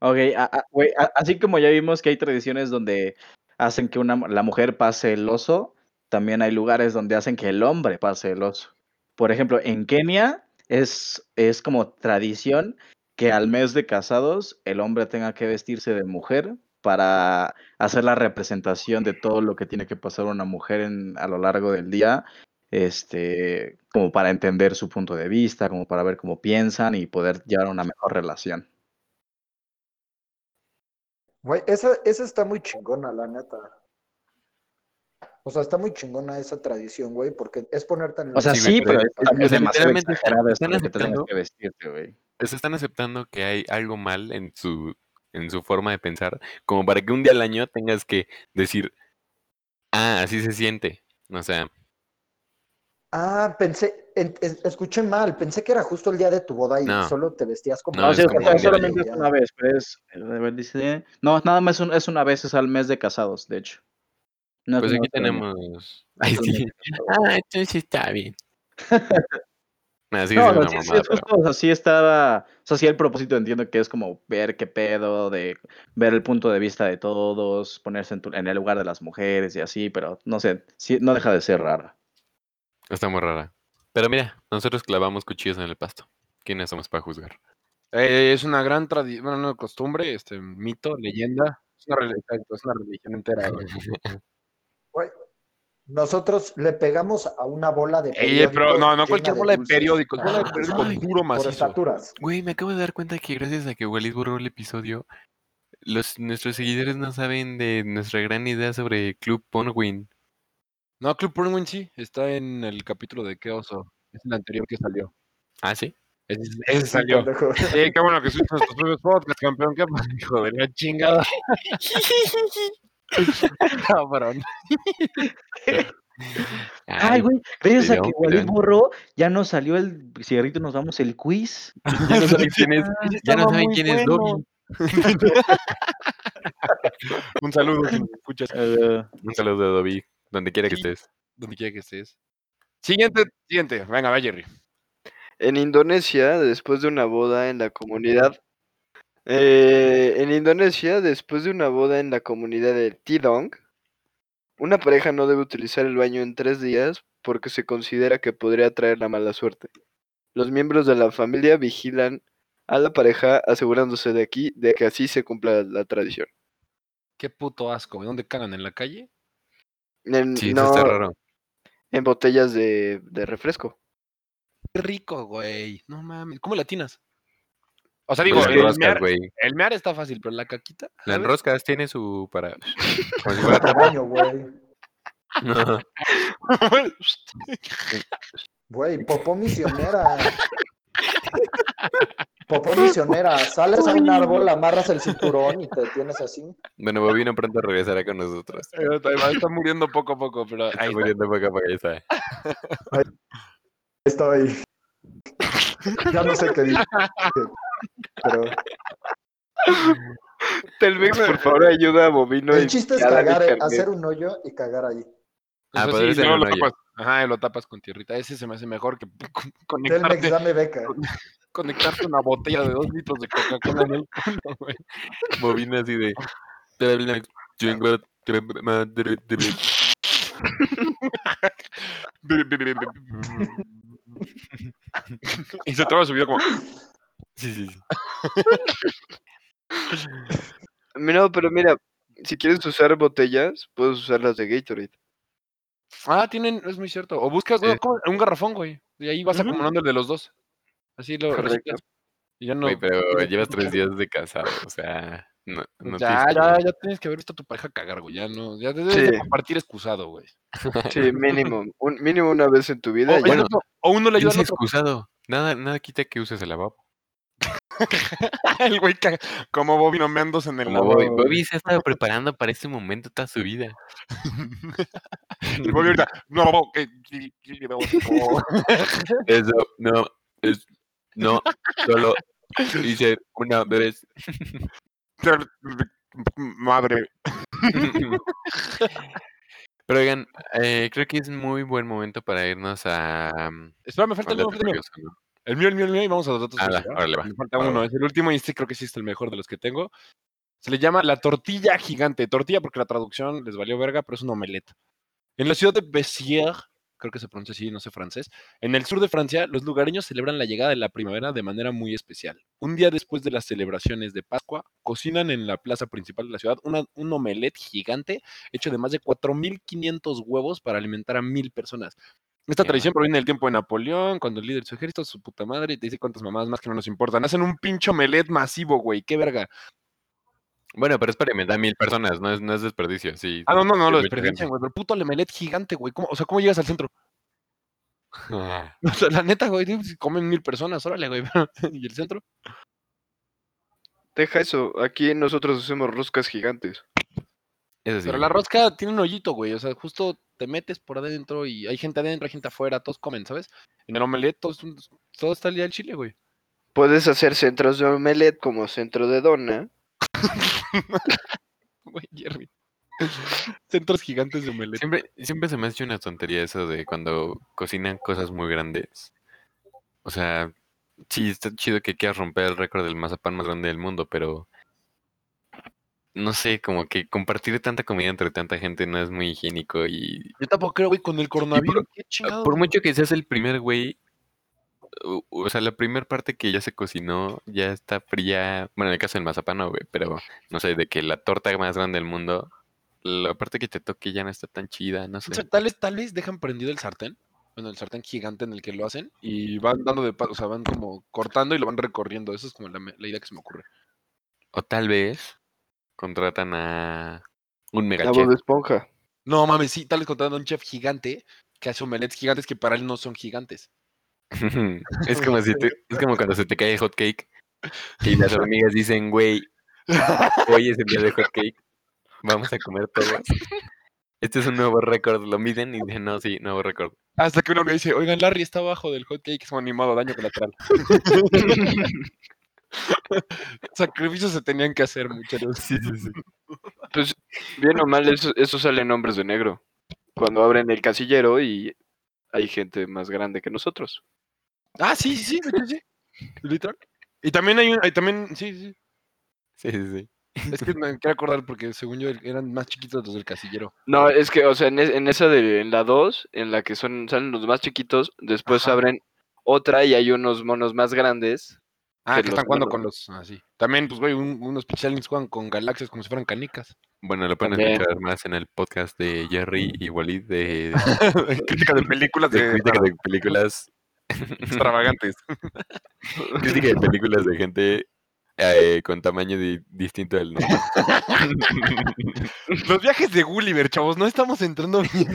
Ok, a- a- güey, a- así como ya vimos que hay tradiciones donde hacen que una, mu- la mujer pase el oso, también hay lugares donde hacen que el hombre pase el oso. Por ejemplo, en Kenia es, es como tradición que al mes de casados el hombre tenga que vestirse de mujer para hacer la representación de todo lo que tiene que pasar una mujer en- a lo largo del día, este, como para entender su punto de vista, como para ver cómo piensan y poder llevar una mejor relación. Güey, esa, esa está muy chingona, la neta. O sea, está muy chingona esa tradición, güey, porque es ponerte en O sea, Sí, sí, güey, pero pero es- es también o sea, demasiado literalmente están- exagerado esto están de que tengas aceptando- que vestirte, güey. Se están aceptando que hay algo mal en su, en su forma de pensar, como para que un día al año tengas que decir, ah, así se siente. O sea, Ah, pensé, en- en- escuché mal, pensé que era justo el día de tu boda y No. solo te vestías como... No, No, sí, es o sea, como un día de solamente es Ya. una vez, pero es, a ver, dice, eh, no, nada más es un- es una vez, es al mes de casados, de hecho. Ah, No es pues una aquí vez al año. tenemos... Ay, Entonces, sí. [laughs] Ah, entonces [laughs] está bien. Así No, es o sea, sí, una sí, mamada, es pero... justo, o sea, sí estaba, o sea, sí el propósito entiendo que es como ver qué pedo, de ver el punto de vista de todos, ponerse en, tu- en el lugar de las mujeres y así, pero no sé, sí, no deja de ser rara. Está muy rara. Pero mira, nosotros clavamos cuchillos en el pasto. ¿Quiénes somos para juzgar? Eh, es una gran tradición, bueno, no costumbre, este mito, leyenda. Es una, reli- exacto, es una religión entera. güey. Güey, Nosotros le pegamos a una bola de Ey, pero no, no llena cualquier bola de dulces Ah, periódicos, bola de periódico ay, duro Por macizo. estaturas. Güey, me acabo de dar cuenta que gracias a que Wallis borró el episodio, los, nuestros seguidores no saben de nuestra gran idea sobre Club Ponwin. No, Club Penguin sí, está en el capítulo de Qué Oso. Es el anterior que salió. ¿Ah, sí? Ese, ese salió. pendejo. [laughs] Sí, qué bueno que subiste nuestros propios podcasts, campeón. Qué mal, hijo de la [laughs] chingada. Cabrón. Ay, güey, gracias a video, que video. Walid borró, ya nos salió el cigarrito, nos vamos el quiz. Ya no saben quién es, ya no estaba saben muy quién es bueno. Dobby. Un [laughs] saludo si nos escuchas Eh, Un saludo a Dobby, donde quiera que Sí. estés. donde quiera que estés. Siguiente, siguiente. Venga, va Jerry. En Indonesia, después de una boda en la comunidad. Eh, en Indonesia, después de una boda en la comunidad de Tidong, una pareja no debe utilizar el baño en tres días porque se considera que podría traer la mala suerte. Los miembros de la familia vigilan a la pareja asegurándose de aquí de que así se cumpla la tradición. Qué puto asco. ¿De dónde cagan? ¿En la calle? En, Sí, eso no está raro. en botellas de, de refresco. Qué rico, güey. No mames. ¿Cómo latinas? O sea, Pues digo, las el, roscas, mear, güey. el mear está fácil, pero la caquita. Las ¿sabes? roscas tiene su para... como si fuera [laughs] Otro tapa. baño, güey. No. Güey, popó misionera. Popó misionera, sales a un árbol, amarras el cinturón y te tienes así. Bueno, Bobino pronto regresará con nosotros. [laughs] Está muriendo poco a poco, pero Está muriendo poco a poco, ya sabe. Estoy. Ya no sé qué dije. Pero Telmex, por favor, ayuda a Bobino. el en chiste es cada cagar, eh, internet. hacer un hoyo y cagar ahí. Ah, Ah, podría ser lo un hoyo. tapas, ajá, lo tapas con tierrita. Ese se me hace mejor que [laughs] con- Telmex, conectarte, dame beca. conectarte una botella de dos litros de Coca-Cola [laughs] en el culo, güey. Bobino [laughs] así de. y se traba su video como. Sí, sí, sí. No, pero mira, si quieres usar botellas, puedes usar las de Gatorade. Ah, tienen, es muy cierto. O buscas Sí. bueno, como un garrafón, güey. Y ahí vas acumulando el de los dos. Así lo Correcto. reciclas. Y ya no. Güey, pero llevas tres días de casado, o sea. No, no ya, tienes- ya, ya tienes que haber visto a tu pareja cagar, güey. Ya no. Ya debes Sí. de compartir excusado, güey. Sí, mínimo. Un, mínimo una vez en tu vida. O, y- el otro- o uno le Yo ayuda sí al he otro. excusado. Nada, nada quita que uses el lavabo. [laughs] El güey caga. Como Bobby no me andos en el Como lavabo. Bobby. Bobby se ha estado preparando para este momento toda su [laughs] vida. Y Bobby ahorita. No, [laughs] no, que. que- que- que- [laughs] como- Eso no es. No, solo hice una vez. [laughs] Madre. Pero oigan, eh, creo que es muy buen momento para irnos a. um, Espera, me falta al el mío, dato me falta el mío. curioso, ¿no? El mío, el mío, el mío. Y vamos a los datos. Ah, curiosos, va, ¿va? órale, va. Me falta Va, va, uno. va. Es el último y este creo que sí es el mejor de los que tengo. Se le llama la tortilla gigante. Tortilla porque la traducción les valió verga, pero es un omelette. En la ciudad de Bessières, creo que se pronuncia así, no sé francés, en el sur de Francia, los lugareños celebran la llegada de la primavera de manera muy especial. Un día después de las celebraciones de Pascua, cocinan en la plaza principal de la ciudad una- un omelette gigante hecho de más de 4.500 huevos para alimentar a mil personas. Esta Ya, tradición proviene del tiempo de Napoleón, cuando el líder de su ejército, su puta madre, te dice cuántas mamás más que no nos importan. Hacen un pincho melet masivo, güey, qué verga. Bueno, pero es para alimentar a mil personas, no es, no es desperdicio, sí. Ah, no, no, no, lo Sí, mucha gente. desperdician, güey, pero puto melet gigante, güey. ¿cómo- O sea, ¿cómo llegas al centro? [laughs] Ah, O sea, la neta, güey, si comen mil personas, órale, güey. [laughs] ¿Y el centro? Deja eso. Aquí nosotros hacemos roscas gigantes. Eso sí. Pero la rosca tiene un hoyito, güey. O sea, justo te metes por adentro y hay gente adentro, hay gente afuera, todos comen, ¿sabes? En el omelette, todos, todo está al día del chile, güey. [laughs] Puedes hacer centros de omelette como centro de dona. Güey, Jerry. [laughs] Centros gigantes de omelette. Siempre, siempre se me ha hecho una tontería eso de cuando cocinan cosas muy grandes. O sea, sí, está chido que quieras romper el récord del mazapán más grande del mundo, pero no sé, como que compartir tanta comida entre tanta gente no es muy higiénico y Yo tampoco creo, güey, con el coronavirus. qué chingado. Ah, por mucho que seas el primer güey, o, o sea, la primera parte que ya se cocinó ya está fría, bueno, en el caso del mazapán no, güey, pero no sé, de que la torta más grande del mundo, la parte que te toque ya no está tan chida, [laughs] no sé. O sea, tal vez, tal vez dejan prendido el sartén. Bueno, el sartén gigante en el que lo hacen y van dando de paso, o sea, van como cortando y lo van recorriendo. Esa es como la, me- la idea que se me ocurre. O tal vez contratan a un mega La voz de esponja. No mames, sí, tal vez contando a un chef gigante que hace omelettes gigantes que para él no son gigantes. [laughs] es como si te- es como cuando se te cae el hot cake y las hormigas dicen, güey, hoy es el día del hot cake, vamos a comer [laughs] todos. Este es un nuevo récord, lo miden y dicen, no, sí, nuevo récord. Hasta que uno le dice, oigan, Larry está abajo del hot cake, es un animado, daño [laughs] colateral. Sacrificios se tenían que hacer, muchachos. Sí, sí, sí. Pues, bien o mal, eso, eso sale en hombres de negro. Cuando abren el casillero y hay gente más grande que nosotros. Ah, sí, sí, sí, de hecho, sí. Literal. Y también hay un, hay también, sí, sí. [laughs] Sí, sí, sí. Es que me quiero acordar porque según yo eran más chiquitos los del casillero. No, es que, o sea, en, es- en esa de en la 2, en la que son, salen los más chiquitos, después Ajá. abren otra y hay unos monos más grandes. Ah, que que los están jugando mandan. con los. Ah, sí. También, pues, güey, un- unos pichalinos juegan con galaxias como si fueran canicas. Bueno, lo pueden También. escuchar más en el podcast de Jerry y Walid [laughs] de, Crítica de películas de crítica [laughs] de películas extravagantes. [laughs] Crítica de películas de gente eh, con tamaño di- distinto del nuestro. [laughs] Los viajes de [laughs] Gulliver, chavos, no estamos entrando bien.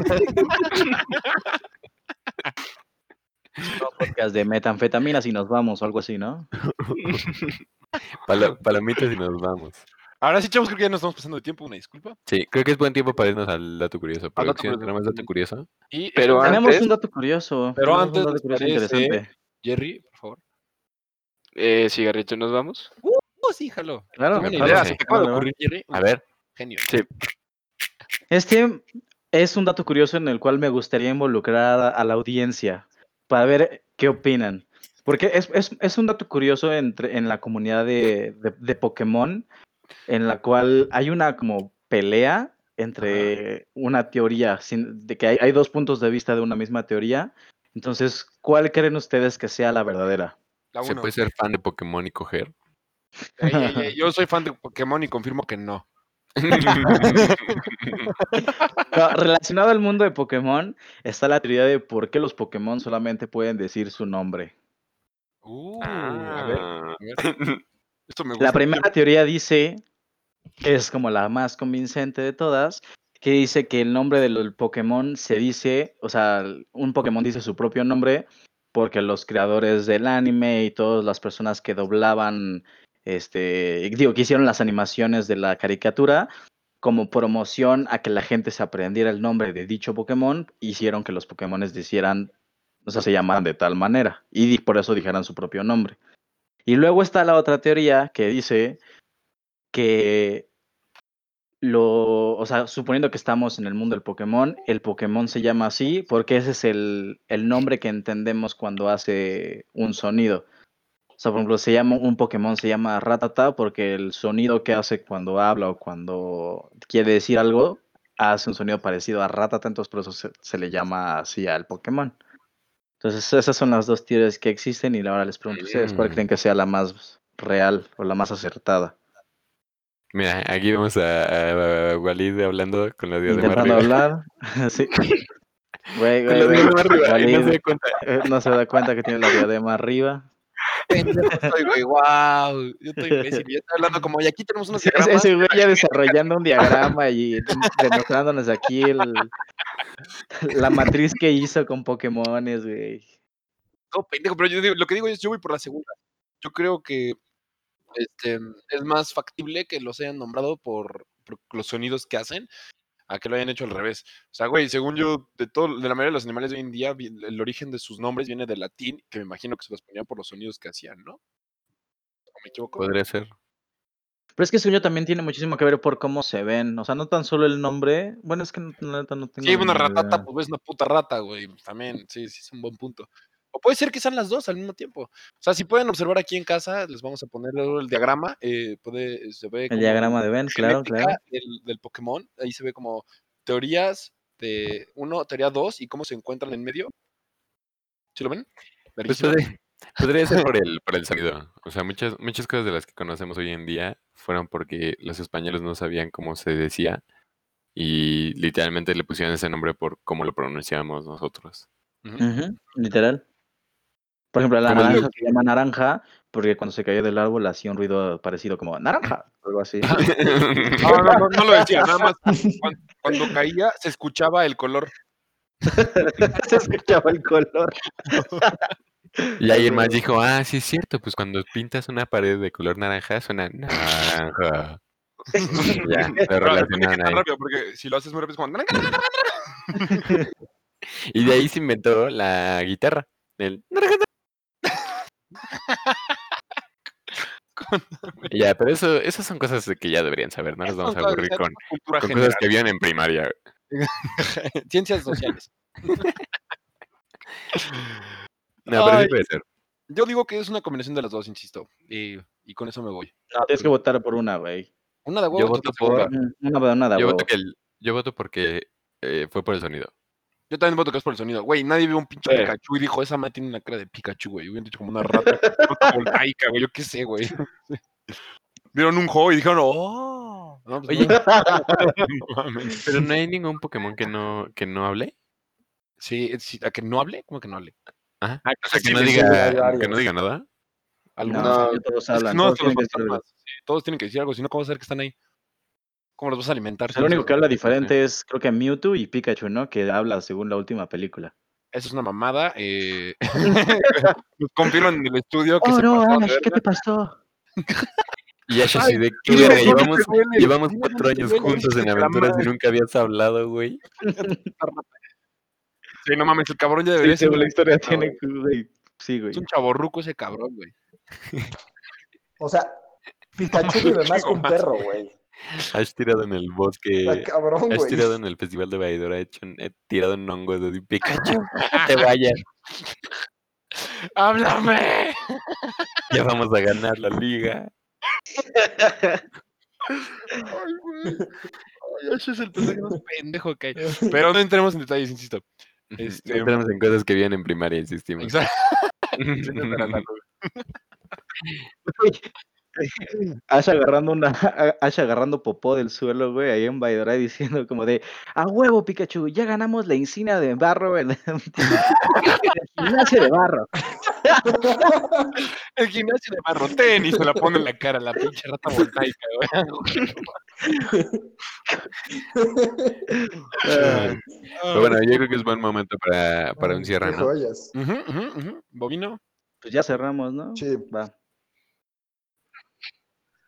No, podcast de metanfetaminas y nos vamos o algo así, ¿no? Pala- palomitas y nos vamos. Ahora sí, chavos, creo que ya nos estamos pasando de tiempo, una disculpa. Sí, creo que es buen tiempo para irnos al dato curioso. Al dato Producción, curioso. Mm. tenemos dato curioso. Y Pero eh, Tenemos antes- un dato curioso. Pero tenemos un antes dato les curioso parece- interesante. Jerry, por favor. Eh, cigarrito, ¿nos vamos? Oh, sí, jalo. Claro. Buena claro, idea, sí. se te acaba de Vale, va. ocurrir, Jerry. A ver, Genio. Este es un dato curioso en el cual me gustaría involucrar a, a la audiencia para ver qué opinan. Porque es, es- es un dato curioso entre, en la comunidad de, de- de Pokémon, en la cual hay una como pelea entre una teoría, sin- de que hay, hay dos puntos de vista de una misma teoría. Entonces, ¿cuál creen ustedes que sea la verdadera? La ¿se uno. puede ser fan de Pokémon y coger? Ey, ey, ey, yo soy fan de Pokémon y confirmo que no. No, relacionado al mundo de Pokémon está la teoría de por qué los Pokémon solamente pueden decir su nombre. Uh, a ver, a Ah. ver. Esto me gusta. La primera teoría dice, que es como la más convincente de todas, que dice que el nombre del Pokémon se dice, o sea, un Pokémon dice su propio nombre porque los creadores del anime y todas las personas que doblaban, este, digo, que hicieron las animaciones de la caricatura, como promoción a que la gente se aprendiera el nombre de dicho Pokémon, hicieron que los Pokémones dijeran, o sea, se llamaran de tal manera y di- por eso dijeran su propio nombre. Y luego está la otra teoría que dice que lo, o sea, suponiendo que estamos en el mundo del Pokémon, el Pokémon se llama así porque ese es el, el nombre que entendemos cuando hace un sonido. O sea, por ejemplo, se llama, un Pokémon se llama Ratata porque el sonido que hace cuando habla o cuando quiere decir algo hace un sonido parecido a Ratata, entonces por eso se, se le llama así al Pokémon. Entonces, esas son las dos teorías que existen y ahora les pregunto a ustedes cuál Mm. creen que sea la más real o la más acertada. Mira, aquí vemos a, a- a Walid hablando con la diadema Intentando arriba. hablar. sí. Güey, Con güey, la güey. diadema arriba, y no se Walid, da cuenta. eh, no se da cuenta que tiene la diadema arriba. [laughs] Estoy, güey, wow. Yo estoy imbécil. Yo estoy hablando como, y aquí tenemos unos Ese- ese- diagramas. Ese güey ya desarrollando un diagrama y demostrándonos aquí el, la matriz que hizo con Pokémones, güey. No, pendejo, pero yo digo- lo que digo es, yo voy por la segunda. Yo creo que este, es más factible que los hayan nombrado por, por los sonidos que hacen a que lo hayan hecho al revés. O sea, güey, según yo, de todo, de la mayoría de los animales de hoy en día, vi- el origen de sus nombres viene del latín, que me imagino que se los ponían por los sonidos que hacían, ¿no? ¿O me equivoco? Podría ser. Pero es que sueño también tiene muchísimo que ver por cómo se ven. O sea, no tan solo el nombre. Bueno, es que no, la neta no tengo. Sí, una ni ratata, idea. pues ves una puta rata, güey. También, sí, sí, es un buen punto. O puede ser que sean las dos al mismo tiempo. O sea, si pueden observar aquí en casa, les vamos a poner luego el diagrama. eh, puede, se ve El como diagrama de Ben, claro, genética claro. Del, del Pokémon. Ahí se ve como teorías de uno, teoría dos y cómo se encuentran en medio. ¿Sí lo ven? Pues Verguísima. podría, podría [laughs] ser por el, por el sonido. O sea, muchas, muchas cosas de las que conocemos hoy en día fueron porque los españoles no sabían cómo se decía y literalmente le pusieron ese nombre por cómo lo [laughs] pronunciábamos nosotros. Ujú. Ujú, literal. Por ejemplo, la Como el- naranja se llama naranja porque cuando se cayó del árbol hacía un ruido parecido como naranja, o algo [laughs] así. [laughs] No, no, no, no lo decía, nada más. Cuando, [laughs] cuando caía, se escuchaba el color. se escuchaba el color. Y alguien más dijo, ah, sí es cierto, pues cuando pintas una pared de color naranja [laughs] suena naranja. Y ya, Pero lo tiene que relacionaron estar ahí. rápido, porque si lo haces muy rápido es como... Y de ahí se inventó la guitarra. El... [laughs] Y ya, pero eso, esas son cosas de que ya deberían saber, no nos vamos a Son aburrir cosas- con, cultura con general. cosas que vieron en primaria. Ciencias sociales. No, pero Ay. sí puede ser. Yo digo que es una combinación de las dos, insisto. Y, y con eso me voy. No, tienes pues. que votar por una, güey. Una de huevo. Yo otra voto de segunda. por- Mm, Una de nada, Yo güey. voto, que el- yo voto porque eh, fue por el sonido. Yo también voto que es por el sonido. Güey, nadie vio un pinche Sí. Pikachu y dijo, esa madre tiene una cara de Pikachu, güey. Hubieran dicho como una rata [laughs] fotovoltaica, güey. Yo qué sé, güey. [laughs] Vieron un juego y dijeron, oh. No, pues Oye. no, no mames. Pero no hay ningún Pokémon que no, que no hable. sí, es- sí, a que no hable, ¿cómo que no hable? Ajá. Ah, O sea, que sí, no sí, sí, hay diga, que no varios. diga nada. No, Algunos. No, yo todos Es que hablan, no, todos hasta los tienen que decir algo. fantasmas. Sí, todos tienen que decir algo, si no, ¿cómo vas a saber que están ahí? ¿Cómo los vas a alimentar? O sea, lo único que habla diferente es, creo que Mewtwo y Pikachu, ¿no? Que habla según la última película. Eso es una mamada. Eh... Nos confirman Pues, en el Oh, estudio Oh, que se pasaron de verga. pasó? Y Ash así de que, dime verga, dónde [laughs] llevamos, te duele, llevamos dime cuatro dónde te años duele, juntos hijo de en la aventuras y madre. nunca habías hablado, güey. Sí, no mames, el cabrón ya debería ser la un- historia cabrón. tiene. güey, Sí, güey. Es un chaborruco ese cabrón, güey. O sea, Pikachu vive más que un perro, güey. Has tirado en el bosque. Está cabrón, Has güey. tirado en el festival de Baidora, hecho, un- he tirado un hongo de Pikachu. Te vayas. ¡Háblame! Ya vamos a ganar la liga. Ay, güey. Ay, [laughs] ese es el personaje más pendejo [laughs] que hay. Pero no entremos en detalles, insisto. Este, Este... Entramos en cosas que vienen en primaria, insistimos. Exacto. Sí, no, no, no, [laughs] no. Ash agarrando una, Ash agarrando popó del suelo, güey, ahí en Baidora diciendo como de a huevo, Pikachu, ya ganamos la encina de [laughs] barro en el gimnasio de barro. [laughs] El gimnasio de barro, tenis, se la pone en la cara la pinche rata voltaica, güey. Ah, Pero bueno, yo creo que es buen momento para, para un Qué cierre, ¿no? joyas. Ujú, ujú, ujú. Bovino. pues ya cerramos, ¿no? Sí. Va.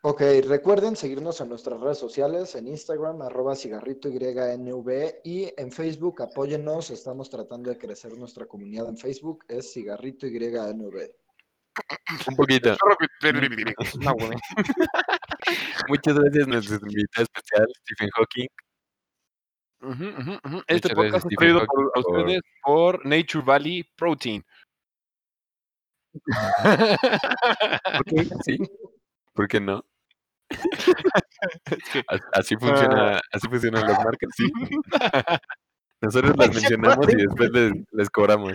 Ok, recuerden seguirnos en nuestras redes sociales, en Instagram, arroba cigarrito YNV y en Facebook, apóyennos, estamos tratando de crecer nuestra comunidad en Facebook, es cigarrito YNV. [laughs] Un poquito. Mm. [laughs] No, güey. Muchas gracias a nuestro invitado especial, Stephen Hawking. Ujú, ujú, ujú. Este Muchas gracias, podcast es Stephen traído Hawking, por, a por- ustedes por Nature Valley Protein. [laughs] Ok, sí. ¿Por qué [laughs] no? que- A- Así funciona, así funcionan las marcas, [laughs] sí. Nosotros las mencionamos y después les, les cobramos.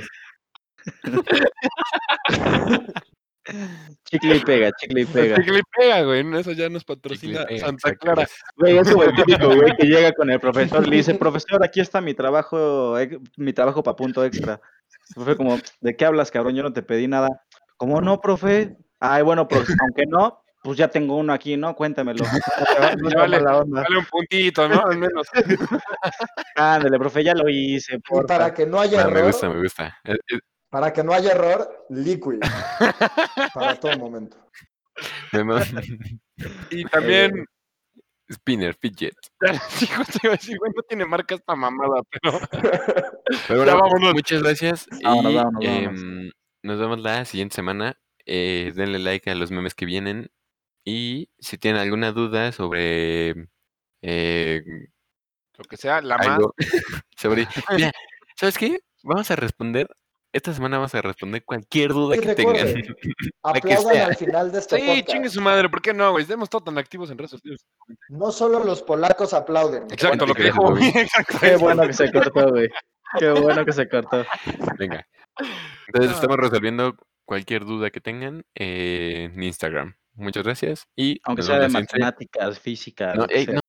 Chicle y pega, chicle y pega. Que le pega, güey. ¿no? Eso ya nos patrocina Chicle, pega, Santa exacto, Clara. es- Güey, es como el típico güey que llega con el profesor y le dice, profesor, aquí está mi trabajo, ex- mi trabajo para punto extra. El profe como, ¿de qué hablas, cabrón? Yo no te pedí nada. ¿Cómo no, profe? Ay, bueno, pues aunque no, pues ya tengo uno aquí, ¿no? Cuéntamelo. No te va Vale. mala onda. Dale un puntito, ¿no? Al menos. Ándale, profe, ya lo hice, Y porfa. para que no haya Ah, me error, gusta, me gusta. Eh, eh, para que no haya error, [laughs] liquid. para todo momento. me ma- Y también, [laughs] [laughs] Spinner, fidget. sí, justo iba a decir, güey, no tiene marca esta mamada, pero Pero Ya bueno, vámonos. muchas gracias. Vámonos, y vámonos, vámonos. em, nos vemos la siguiente semana. Eh, denle like a los memes que vienen. Y si tienen alguna duda sobre eh, lo que sea, la más. algo, [laughs] [laughs] sobre. Mira, ¿sabes qué? Vamos a responder. Esta semana vamos a responder cualquier duda Y que tengan. recuerden, que aplaudan sea. al final de este Sí, podcast. chingue su madre, ¿por qué no, güey? Estemos todos tan activos en redes sociales. No solo los polacos aplauden. Exacto, lo que Gracias, dijo. Bobby. Exacto. [laughs] Qué bueno que [laughs] se cortó, güey. Qué bueno que se cortó. [laughs] Venga. Entonces Ah. estamos resolviendo cualquier duda que tengan eh, en Instagram. Muchas gracias. Y Aunque nos sea de vemos la siguiente- matemáticas, física. No, lo que ey, sea.